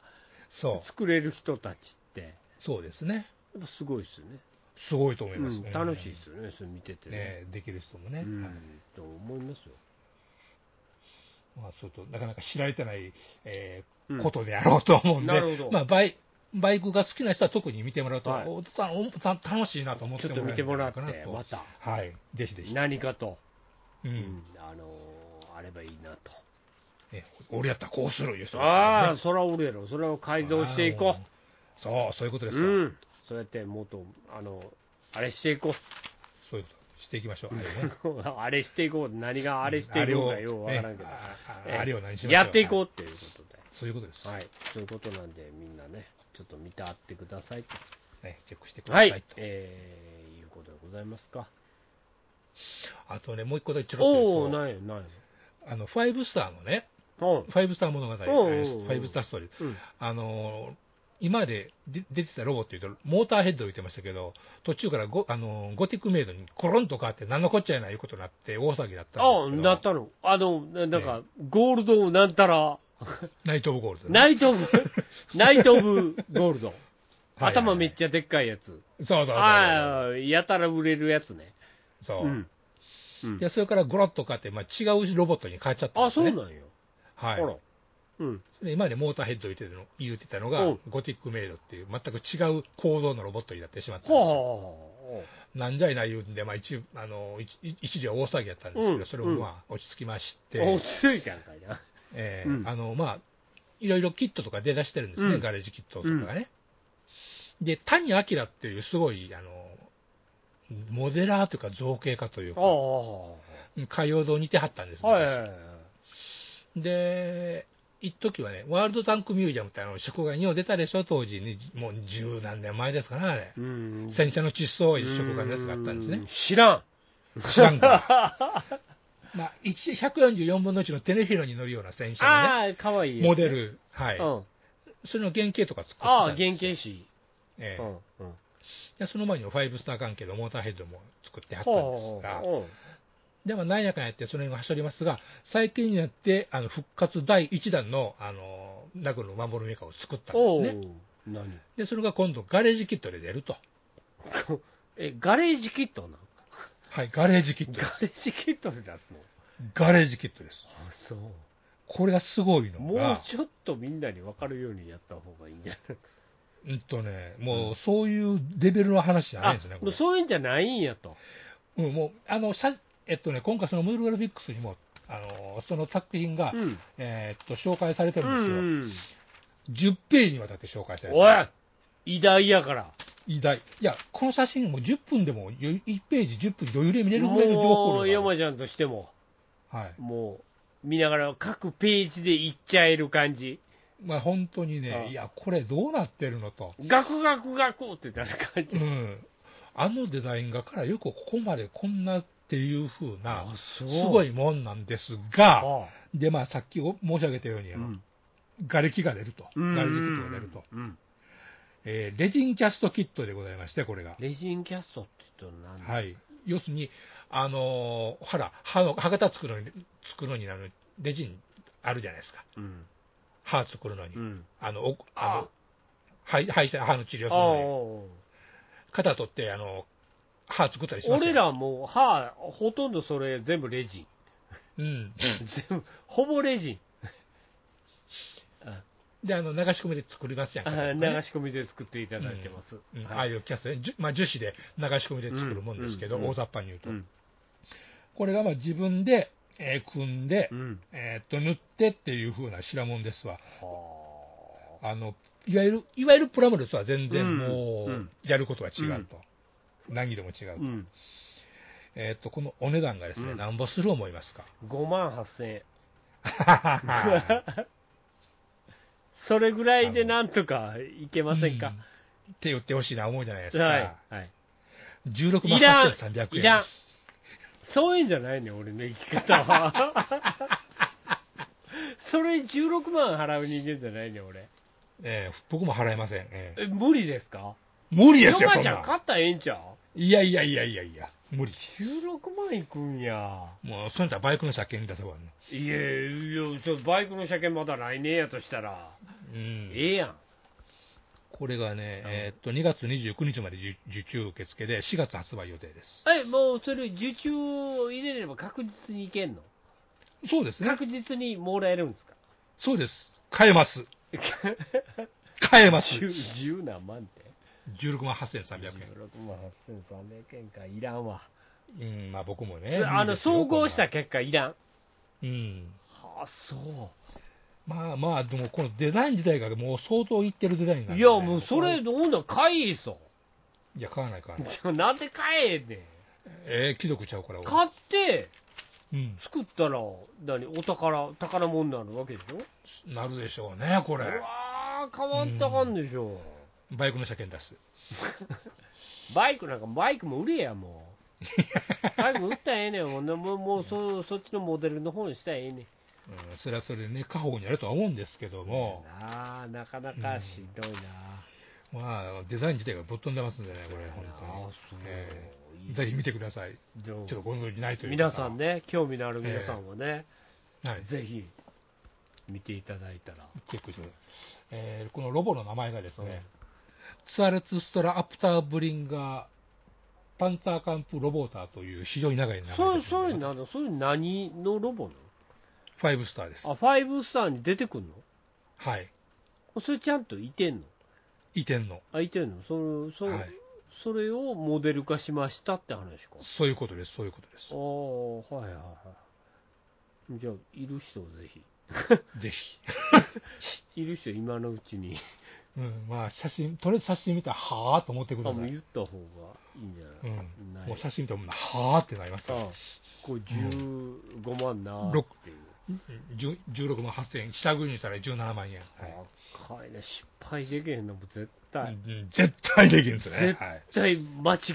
Speaker 3: そう
Speaker 1: 作れる人たちってや
Speaker 3: そうですね。
Speaker 1: っぱすごいですよね、
Speaker 3: すごいと思いうます。
Speaker 1: ん、楽しいですすよね、それ見てて
Speaker 3: ね。ねできる人もね。
Speaker 1: うん
Speaker 3: はい
Speaker 1: と思いますよ、
Speaker 3: まあ、ちょっとなかなか知られてない、えー
Speaker 1: うん
Speaker 3: ことであろうと思うんで、
Speaker 1: なるほど
Speaker 3: まあ、バイバイクが好きな人は特に見てもらうと、
Speaker 1: はい
Speaker 3: おたおた楽しいなと思って
Speaker 1: ちょっ
Speaker 3: も
Speaker 1: と見
Speaker 3: らえるん
Speaker 1: て
Speaker 3: じ
Speaker 1: も
Speaker 3: ゃ
Speaker 1: ら
Speaker 3: な
Speaker 1: っ
Speaker 3: いかな
Speaker 1: て、ま
Speaker 3: と。
Speaker 1: た
Speaker 3: はい、ぜひぜひ。
Speaker 1: 何かと、
Speaker 3: う
Speaker 1: うん
Speaker 3: ん
Speaker 1: あのーあればいいなと、
Speaker 3: え俺やったらこうするいう人もいるからね
Speaker 1: ああ、そらおるやろ、それを改造していこ
Speaker 3: そう、そういうこと
Speaker 1: う、
Speaker 3: です
Speaker 1: う
Speaker 3: よ、
Speaker 1: ん、そうやってもっと、あのあれしていこ
Speaker 3: そういうこと。していきましょう。あれね
Speaker 1: う、あれしていこう、何 があれしていこうかようわからんけど、
Speaker 3: ねあ
Speaker 1: ええ
Speaker 3: ああれを何しましょう
Speaker 1: やっていこうっていうことで。
Speaker 3: そういうことです。
Speaker 1: はい、そういうことなんで、みんなね、ちょっと見てあってくださいと。
Speaker 3: ね、チェックしてくだ
Speaker 1: は
Speaker 3: さ
Speaker 1: い、
Speaker 3: いと。
Speaker 1: えーいうことでございますか。
Speaker 3: あとね、もう一個だけちょろっと言うと
Speaker 1: おおー、ないよ、ないよ。
Speaker 3: あの、ファイブスターのね、
Speaker 1: うん
Speaker 3: ファイブスター物語、え
Speaker 1: おうおうおう
Speaker 3: ーファイブスターストーリー、
Speaker 1: うん
Speaker 3: あのー今までで出てたロボっていうと、モーターヘッドを言ってましたけど、途中からゴ,、あのーゴティックメイドにコロンと変わって、何のこっちゃいないいうことになって、大騒ぎだった
Speaker 1: あ
Speaker 3: んですけど、
Speaker 1: なったの。あの、ななんか、ゴールドなんたら、
Speaker 3: ナイト・オブ・ゴールドね、
Speaker 1: ナイト・オ ブ、ナイト・オブ・ゴールド。
Speaker 3: はいはい
Speaker 1: 頭めっちゃでっかいやつ。
Speaker 3: そうそうそう
Speaker 1: ああ、やたら売れるやつね。
Speaker 3: そう、
Speaker 1: うん。うん
Speaker 3: で、それからゴロッと変わって、まあ、違うロボットに変わっちゃったん
Speaker 1: あ、
Speaker 3: です
Speaker 1: そう
Speaker 3: ね。
Speaker 1: なんよ。あ
Speaker 3: はい、
Speaker 1: ら。うん。
Speaker 3: それ今までモーターヘッド言ってたの言ってたのが、
Speaker 1: うん
Speaker 3: ゴティックメイドっていう、全く違う構造のロボットになってしまったんですよ。
Speaker 1: は
Speaker 3: なんじゃいない言うんで、まあ、一あの一一時は大騒ぎやったんですけど、
Speaker 1: うん
Speaker 3: それもまあ落ち着きまして、
Speaker 1: あ。落ち着いたんかいな。
Speaker 3: え
Speaker 1: うん
Speaker 3: ーあのまあ、いろいろキットとか出だしてるんですね、
Speaker 1: うん
Speaker 3: ガレージキットとかね。で、谷明っていうすごいあのモデラーというか造形家という
Speaker 1: あ
Speaker 3: か、
Speaker 1: あ。
Speaker 3: 海洋堂にてはったんですね、
Speaker 1: はいはいはいはい。
Speaker 3: で、一時はね、ワールドタンクミュージアムってあの食が日本出たでしょ、当時に、もう十何年前ですかね、あれ。
Speaker 1: うん
Speaker 3: 戦車の窒素を食がのやつがあったんですね
Speaker 1: う。知らん。
Speaker 3: 知らんか。 まあ、1 144分の1のテレフィロに乗るような戦車のね、
Speaker 1: ああ、かわいいやつ。
Speaker 3: モデル、はい、
Speaker 1: うん。
Speaker 3: それの原型とか作って
Speaker 1: ああ、
Speaker 3: たん
Speaker 1: 原
Speaker 3: です
Speaker 1: 型
Speaker 3: よ、
Speaker 1: 師。
Speaker 3: え
Speaker 1: う
Speaker 3: え
Speaker 1: ん。うん
Speaker 3: でその前にはファイブスター関係のモーターヘッドも作ってはったんです
Speaker 1: ほう
Speaker 3: が、
Speaker 1: ほ
Speaker 3: でも何やかんやって、その辺が走りますが、最近になって、あの復活第1弾の、あのナグルの守るメカを作ったんです
Speaker 1: う。
Speaker 3: ね。
Speaker 1: おう何
Speaker 3: で、それが今度、ガレージキットで出ると。
Speaker 1: え、ガレージキットなの
Speaker 3: はい、ガレージキットで
Speaker 1: ガ
Speaker 3: す。
Speaker 1: レージキットで出すの
Speaker 3: ガレージキットです。
Speaker 1: あ、そう。
Speaker 3: これがすごいの
Speaker 1: もう
Speaker 3: が、
Speaker 1: ちょっとみんなに分かるようにやった方がいいんじゃない
Speaker 3: うんとね、もうそういうレベルの話じゃないんですね、
Speaker 1: あ
Speaker 3: こ
Speaker 1: もう
Speaker 3: れ。
Speaker 1: そういうんじゃないんやと。
Speaker 3: うん、もう、あの、さえっとね、今回そのムールグラフィックスにも、あの、その作品が、
Speaker 1: うん。
Speaker 3: えーっと、紹介されて
Speaker 1: う
Speaker 3: るんですよ。
Speaker 1: ん。
Speaker 3: 10ページにわたって紹介されて
Speaker 1: お
Speaker 3: る。
Speaker 1: い偉大やから。
Speaker 3: 偉大。いや、この写真も10分でも、1ページ10分余裕で見れるぐらいの情報
Speaker 1: もう、
Speaker 3: 量が
Speaker 1: 山
Speaker 3: ある。
Speaker 1: ちゃんとしても、
Speaker 3: はい。
Speaker 1: もう、見ながら各ページでいっちゃえる感じ。
Speaker 3: まあ本当に
Speaker 1: ああ
Speaker 3: ね、いや、これどうなってるのと。
Speaker 1: ガクガクガクってなる感
Speaker 3: う
Speaker 1: じ。
Speaker 3: ん。あのデザイン画からよくここまでこんなっていう風な、
Speaker 1: す
Speaker 3: すごい。もんなんですが、
Speaker 1: あ
Speaker 3: で、まあさっきお申し上げたように、あ
Speaker 1: う
Speaker 3: の
Speaker 1: ん
Speaker 3: 瓦礫が出ると。
Speaker 1: うん
Speaker 3: 瓦礫キットが出ると。
Speaker 1: うん
Speaker 3: えーレジンキャストキットでございまして、これが。
Speaker 1: レジンキャストって言ったら何だ
Speaker 3: はい。要するに、あのー、ほら、歯の、歯型作るのに、作るのにあの、レジンあるじゃないですか。
Speaker 1: うん。
Speaker 3: 歯作るのに。
Speaker 1: うん。
Speaker 3: あの、おあ
Speaker 1: あ
Speaker 3: の、歯医歯医者、歯の治療するのに。
Speaker 1: あ
Speaker 3: 肩取って、あの、歯作ったりしますよ
Speaker 1: 俺らもう歯、ほとんどそれ全部レジン。
Speaker 3: うん。
Speaker 1: 全部、ほぼレジン。
Speaker 3: で、あの、流し込みで作りますやん
Speaker 1: あ
Speaker 3: か。
Speaker 1: ー
Speaker 3: と
Speaker 1: 流
Speaker 3: かね
Speaker 1: し込みで作っていただいてます。
Speaker 3: うんあ
Speaker 1: は
Speaker 3: あ
Speaker 1: い。
Speaker 3: いうキャストね、じゅまあ、樹脂で流し込みで作るもんですけど、
Speaker 1: うんうん
Speaker 3: 大雑把に言うと、
Speaker 1: うん
Speaker 3: これがまあ自分で、えー組んで、
Speaker 1: うん。
Speaker 3: えーっと塗ってっていう風な白もんですわ
Speaker 1: は
Speaker 3: あのいわゆる、いわゆるプラモデルとは全
Speaker 1: うん
Speaker 3: 然も
Speaker 1: う、
Speaker 3: うんやることは違うと、難易度も違
Speaker 1: あ。
Speaker 3: う、
Speaker 1: うん。
Speaker 3: えーっとこのお値段がですね、
Speaker 1: うん
Speaker 3: なんぼする思いますか、
Speaker 1: 5万8000円。それぐらいでなんとかいけませんか
Speaker 3: う。って言ってほしいな、思うじゃないですか、
Speaker 1: はい。はい。
Speaker 3: 16万
Speaker 1: いらん
Speaker 3: 8300、円。
Speaker 1: いらん。そういうんじゃないね、俺の生き方は。それ16万払う人間じゃないね、俺。
Speaker 3: ええ僕も払えません。ええ
Speaker 1: え、無理ですか
Speaker 3: 無理ですよ、
Speaker 1: ヨ
Speaker 3: そ
Speaker 1: ガ
Speaker 3: ん
Speaker 1: ち
Speaker 3: な
Speaker 1: ゃん
Speaker 3: ん。
Speaker 1: 勝ったらええんちゃう
Speaker 3: いやいやいやいやいや、無理。
Speaker 1: ?16 万いくんや。
Speaker 3: もう、そんなバイクの車検出せばね。
Speaker 1: いやいや、それバイクの車検まだ来年やとしたら、
Speaker 3: うん
Speaker 1: ええやん。
Speaker 3: これがね、えーっと、2月29日まで受受注受付で、4月発売予定です。
Speaker 1: え、もうそれ、受注を入れれば確実にいけんの
Speaker 3: そうですね。
Speaker 1: 確実にもらえるんですか
Speaker 3: そうです。買えます。買えます。
Speaker 1: 十十何万って
Speaker 3: 16万8300
Speaker 1: ?16 万8300円か、いらんわ。
Speaker 3: 円。うん、まあ僕もね。
Speaker 1: あ
Speaker 3: いい
Speaker 1: の、
Speaker 3: ですよ
Speaker 1: 総合した。結果、いらん。
Speaker 3: こんなうん。
Speaker 1: はあ、そ
Speaker 3: まあまあ、でもこのデザイン自体がもう相当いってるデザインなん
Speaker 1: う。い
Speaker 3: でね
Speaker 1: や、もうそれ、
Speaker 3: い
Speaker 1: ほんなら買いい さ。
Speaker 3: や、買わない買わない。
Speaker 1: ちょなんで買えねん。
Speaker 3: ええ、既読ちゃうから。俺
Speaker 1: 買って、
Speaker 3: うん。
Speaker 1: 作ったら、何、お宝、宝物になるわけでしょ
Speaker 3: なるでしょうね、こ
Speaker 1: う
Speaker 3: れ。
Speaker 1: わー、変わったかんでしょ。
Speaker 3: バイクの車検出す。
Speaker 1: バイクなんか、バイクも売れや、も う。バイクも売ったらええねん、もう、もうもうそそっちのモデルの方にしたらええねん。
Speaker 3: うん、それはそれでね、家宝にやるとは思うんですけども、
Speaker 1: なあ、なかなかしんどいな。
Speaker 3: まあ、デザイン自体がぶっ飛んでますんでね、これ、本当
Speaker 1: あ
Speaker 3: に
Speaker 1: あ、。そう。
Speaker 3: ええぜひ見てください。
Speaker 1: ちょ
Speaker 3: ちょっとご存じないという方
Speaker 1: 皆さん。ね、興味のある皆さんはね、
Speaker 3: はい。
Speaker 1: ぜひ見ていただいたら。
Speaker 3: チェックしてくださいえーこのロボの名前がですね、ツアレツストラアプターブリンガーパンツァーカンプロボーターという非常に長い名前です
Speaker 1: そう
Speaker 3: の
Speaker 1: い
Speaker 3: で
Speaker 1: う、そういうなの、そういう何のロボな
Speaker 3: ファイブスターです
Speaker 1: の。あ、ファイブスターに出てくん
Speaker 3: はい
Speaker 1: のそれちゃんといてんの
Speaker 3: 移転の、
Speaker 1: あ、いてんのその、その、
Speaker 3: はい、
Speaker 1: それをモデル化しましたって話か。
Speaker 3: そういうことですそういうことです
Speaker 1: ああ、はいはいはい。じゃあ、いる人をぜひ。
Speaker 3: ぜひ、
Speaker 1: いる人、今のうちに。
Speaker 3: うん、まあ写真とりあえず写真見たらはあと思ってく
Speaker 1: あ、
Speaker 3: ださ
Speaker 1: もう
Speaker 3: い
Speaker 1: 言った方がいいんじゃ
Speaker 3: う
Speaker 1: ない,、
Speaker 3: ん
Speaker 1: ない
Speaker 3: もう写真見たらもうはあってなりますか
Speaker 1: さ
Speaker 3: ら
Speaker 1: あ、こう15万なーっていう。
Speaker 3: 10 16万8000円下繰りにしたら17万円、はい
Speaker 1: 高いね、失敗できへんのも絶対、
Speaker 3: うんうん絶対できるんですね
Speaker 1: 絶、
Speaker 3: はい、
Speaker 1: 絶対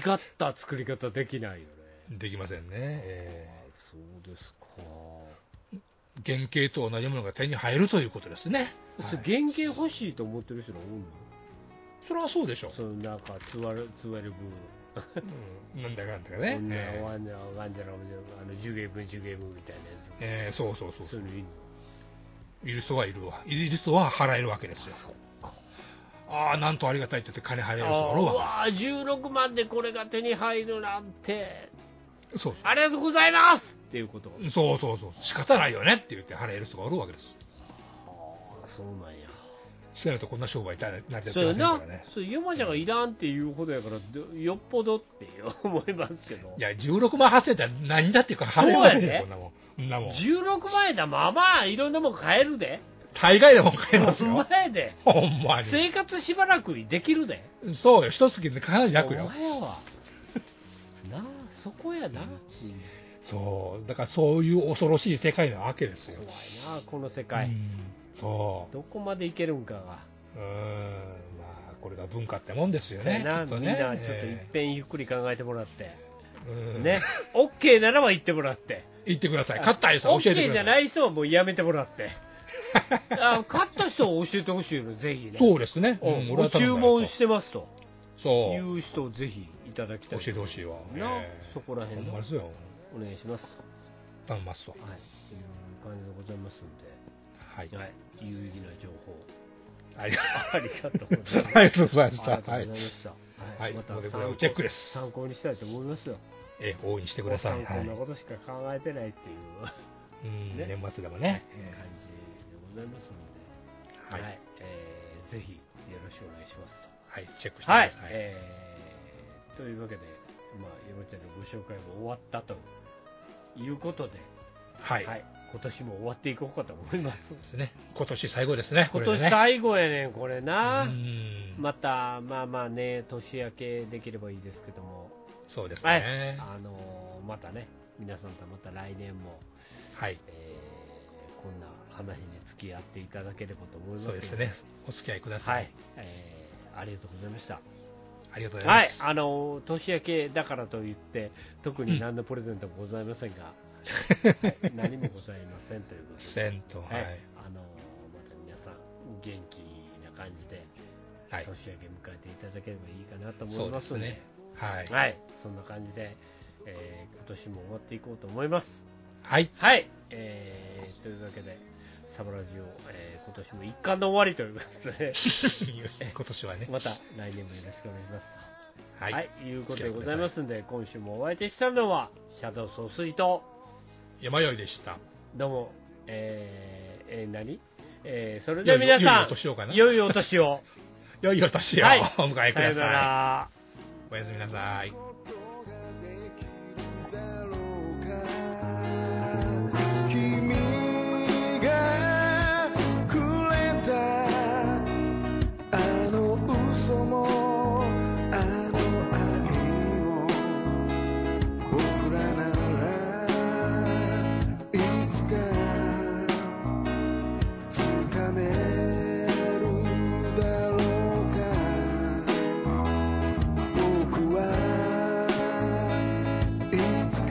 Speaker 1: 間違った作り方できないよね。
Speaker 3: できませんね、えー
Speaker 1: あそうですか。
Speaker 3: 原型と同じものが手に入るということですね。
Speaker 1: それ原型欲しいと思ってる人が多いの
Speaker 3: それはそうでしょ
Speaker 1: そのなんか、つわる、つわる
Speaker 3: う。なんだかんだか
Speaker 1: ブー、
Speaker 3: ね
Speaker 1: こ。んな
Speaker 3: えー
Speaker 1: ワンダー、ワンダー、あの、ジュゲーム、ジュゲームみたいなや
Speaker 3: えーそうそう
Speaker 1: つ。そ
Speaker 3: そ。
Speaker 1: うういうのいいの
Speaker 3: いる人はいるわ。いる人は払えるわけですよ。ああ、なんとありがたいって言って金払える人が
Speaker 1: あ
Speaker 3: お
Speaker 1: ー
Speaker 3: る
Speaker 1: う
Speaker 3: わ
Speaker 1: わー16万でこれが手に入るなんて、
Speaker 3: けです。そう
Speaker 1: ありがとうございますっていうこと。
Speaker 3: そう。そうそうそう。仕方ないよねって言って払える人がおるわけです。
Speaker 1: ああ、そうなんや。
Speaker 3: そうやるとこんな商売成り立って
Speaker 1: そう
Speaker 3: ま
Speaker 1: や
Speaker 3: せんか
Speaker 1: な
Speaker 3: らね、。
Speaker 1: そう山ちゃんがいらんっていうほどやから、どよっぽどって思いますけど
Speaker 3: い、や、16万8000円って何だっていうか払えません
Speaker 1: そうや
Speaker 3: よ、
Speaker 1: ね
Speaker 3: こんなもん。こんなもん。
Speaker 1: 16万円だ、まあまあ、いろんなもん買えるで、
Speaker 3: 大概でもん買えます
Speaker 1: お
Speaker 3: よ。
Speaker 1: 前で、
Speaker 3: ほんま
Speaker 1: 生活しばらくできるで、
Speaker 3: に。そうよ、一月でかなり楽
Speaker 1: お
Speaker 3: よ。
Speaker 1: 前 は、なあ、そこやな、
Speaker 3: そう、だからそういう恐ろしい世界なわけですよ。
Speaker 1: 怖いな、この世界
Speaker 3: う、んそ
Speaker 1: どこまでいけるんかが、
Speaker 3: う、うーん、まあ、これが文化ってもんですよ
Speaker 1: そうや
Speaker 3: ね、
Speaker 1: な、
Speaker 3: きっと
Speaker 1: みん
Speaker 3: ね。
Speaker 1: なちょっといっ
Speaker 3: え
Speaker 1: ぺんゆっくり考えてもらって、
Speaker 3: えうん
Speaker 1: ね、OK ならば言ってもらって。
Speaker 3: 言ってください、勝った人は教えて
Speaker 1: OK
Speaker 3: く
Speaker 1: じゃ
Speaker 3: ださ。
Speaker 1: ないい人はもうやめてもら って。あ勝った人を教えてほしいの、ぜひね。
Speaker 3: そうですね、
Speaker 1: うん
Speaker 3: 俺
Speaker 1: ご
Speaker 3: は頼
Speaker 1: 注
Speaker 3: んだよ
Speaker 1: 文してますと
Speaker 3: そ、
Speaker 1: いうう人をぜひいただきた
Speaker 3: 教
Speaker 1: い。
Speaker 3: えてほしいわ。
Speaker 1: な
Speaker 3: ええ
Speaker 1: そこら辺の
Speaker 3: ほんまですよ、
Speaker 1: お願いしますと。
Speaker 3: 頼みますと。
Speaker 1: はい。という感じでございますん
Speaker 3: はい
Speaker 1: で、、はい。有意義な情 報。
Speaker 3: ありが
Speaker 1: ありがとうございます。
Speaker 3: ありがとうございまし
Speaker 1: あ
Speaker 3: た。
Speaker 1: りがとう
Speaker 3: は
Speaker 1: ござい
Speaker 3: い
Speaker 1: ま、した。
Speaker 3: はい
Speaker 1: また
Speaker 3: これこれ
Speaker 1: 参考
Speaker 3: チェックです
Speaker 1: 参考にしたいと思いますよ。
Speaker 3: ええ応援してください。
Speaker 1: もう
Speaker 3: はい
Speaker 1: 参考なことしか考えてないっていう
Speaker 3: うん
Speaker 1: ね
Speaker 3: 年末でもね、
Speaker 1: 感じでございますので。
Speaker 3: は
Speaker 1: はいい、えーぜひよろしくお願いしますと。
Speaker 3: はい、チェックしてく
Speaker 1: はい
Speaker 3: だ、さい。
Speaker 1: えーというわけで、まあ、山ちゃんのご紹介も終わったということで、
Speaker 3: は、
Speaker 1: はいい今年も終わっていこうかと思います。
Speaker 3: ですね。今年最後ですね、こ
Speaker 1: 今
Speaker 3: れでね
Speaker 1: 年最後やねん、これな。
Speaker 3: うん
Speaker 1: また、まあまあね、年明けできればいいですけども、
Speaker 3: そうです
Speaker 1: はい
Speaker 3: ね。
Speaker 1: あのーまたね、皆さんとまた来年も、
Speaker 3: はい。
Speaker 1: えーこんな話に付き合っていただければと思います
Speaker 3: そ
Speaker 1: の
Speaker 3: うですね。お付き合いくださ。
Speaker 1: はいい、えーありがとうございました。
Speaker 3: ありがとうござい
Speaker 1: は
Speaker 3: ま
Speaker 1: い
Speaker 3: す。、
Speaker 1: あの年明けだからといって、特に何のプレゼントもございませんが、はい何もございませんということで、
Speaker 3: せんと、はい。
Speaker 1: あのまた皆さん、元気な感じで、
Speaker 3: はい。
Speaker 1: 年明け迎えていただければいいかなと
Speaker 3: そ
Speaker 1: 思いう
Speaker 3: で
Speaker 1: ます
Speaker 3: す
Speaker 1: ので、
Speaker 3: ね。はい。
Speaker 1: はい、そんな感じで、えー今年も終わっていこうと思います。
Speaker 3: はい。
Speaker 1: はい、えーというわけで、サバラジオ、えー今年も一巻の終わりということで、
Speaker 3: 今年はね。
Speaker 1: また来年もよろしくお願いします。
Speaker 3: は。
Speaker 1: はいい、い、うことでございますんで、今週もお相手したのは、シャドウ総帥と、
Speaker 3: 山よいでした。
Speaker 1: どうも、えーえー何えーそれでは皆さん、
Speaker 3: 良い良いお年をかな
Speaker 1: 良いお年 を。
Speaker 3: 良いお年をお
Speaker 1: はい
Speaker 3: 迎えく
Speaker 1: さよ
Speaker 3: だ
Speaker 1: うな
Speaker 3: さ
Speaker 1: ら。
Speaker 3: い。おやすみなさい。
Speaker 6: 「君がくれたあの嘘もあの愛も僕らならいつか掴めるだろうか」「僕はいつか」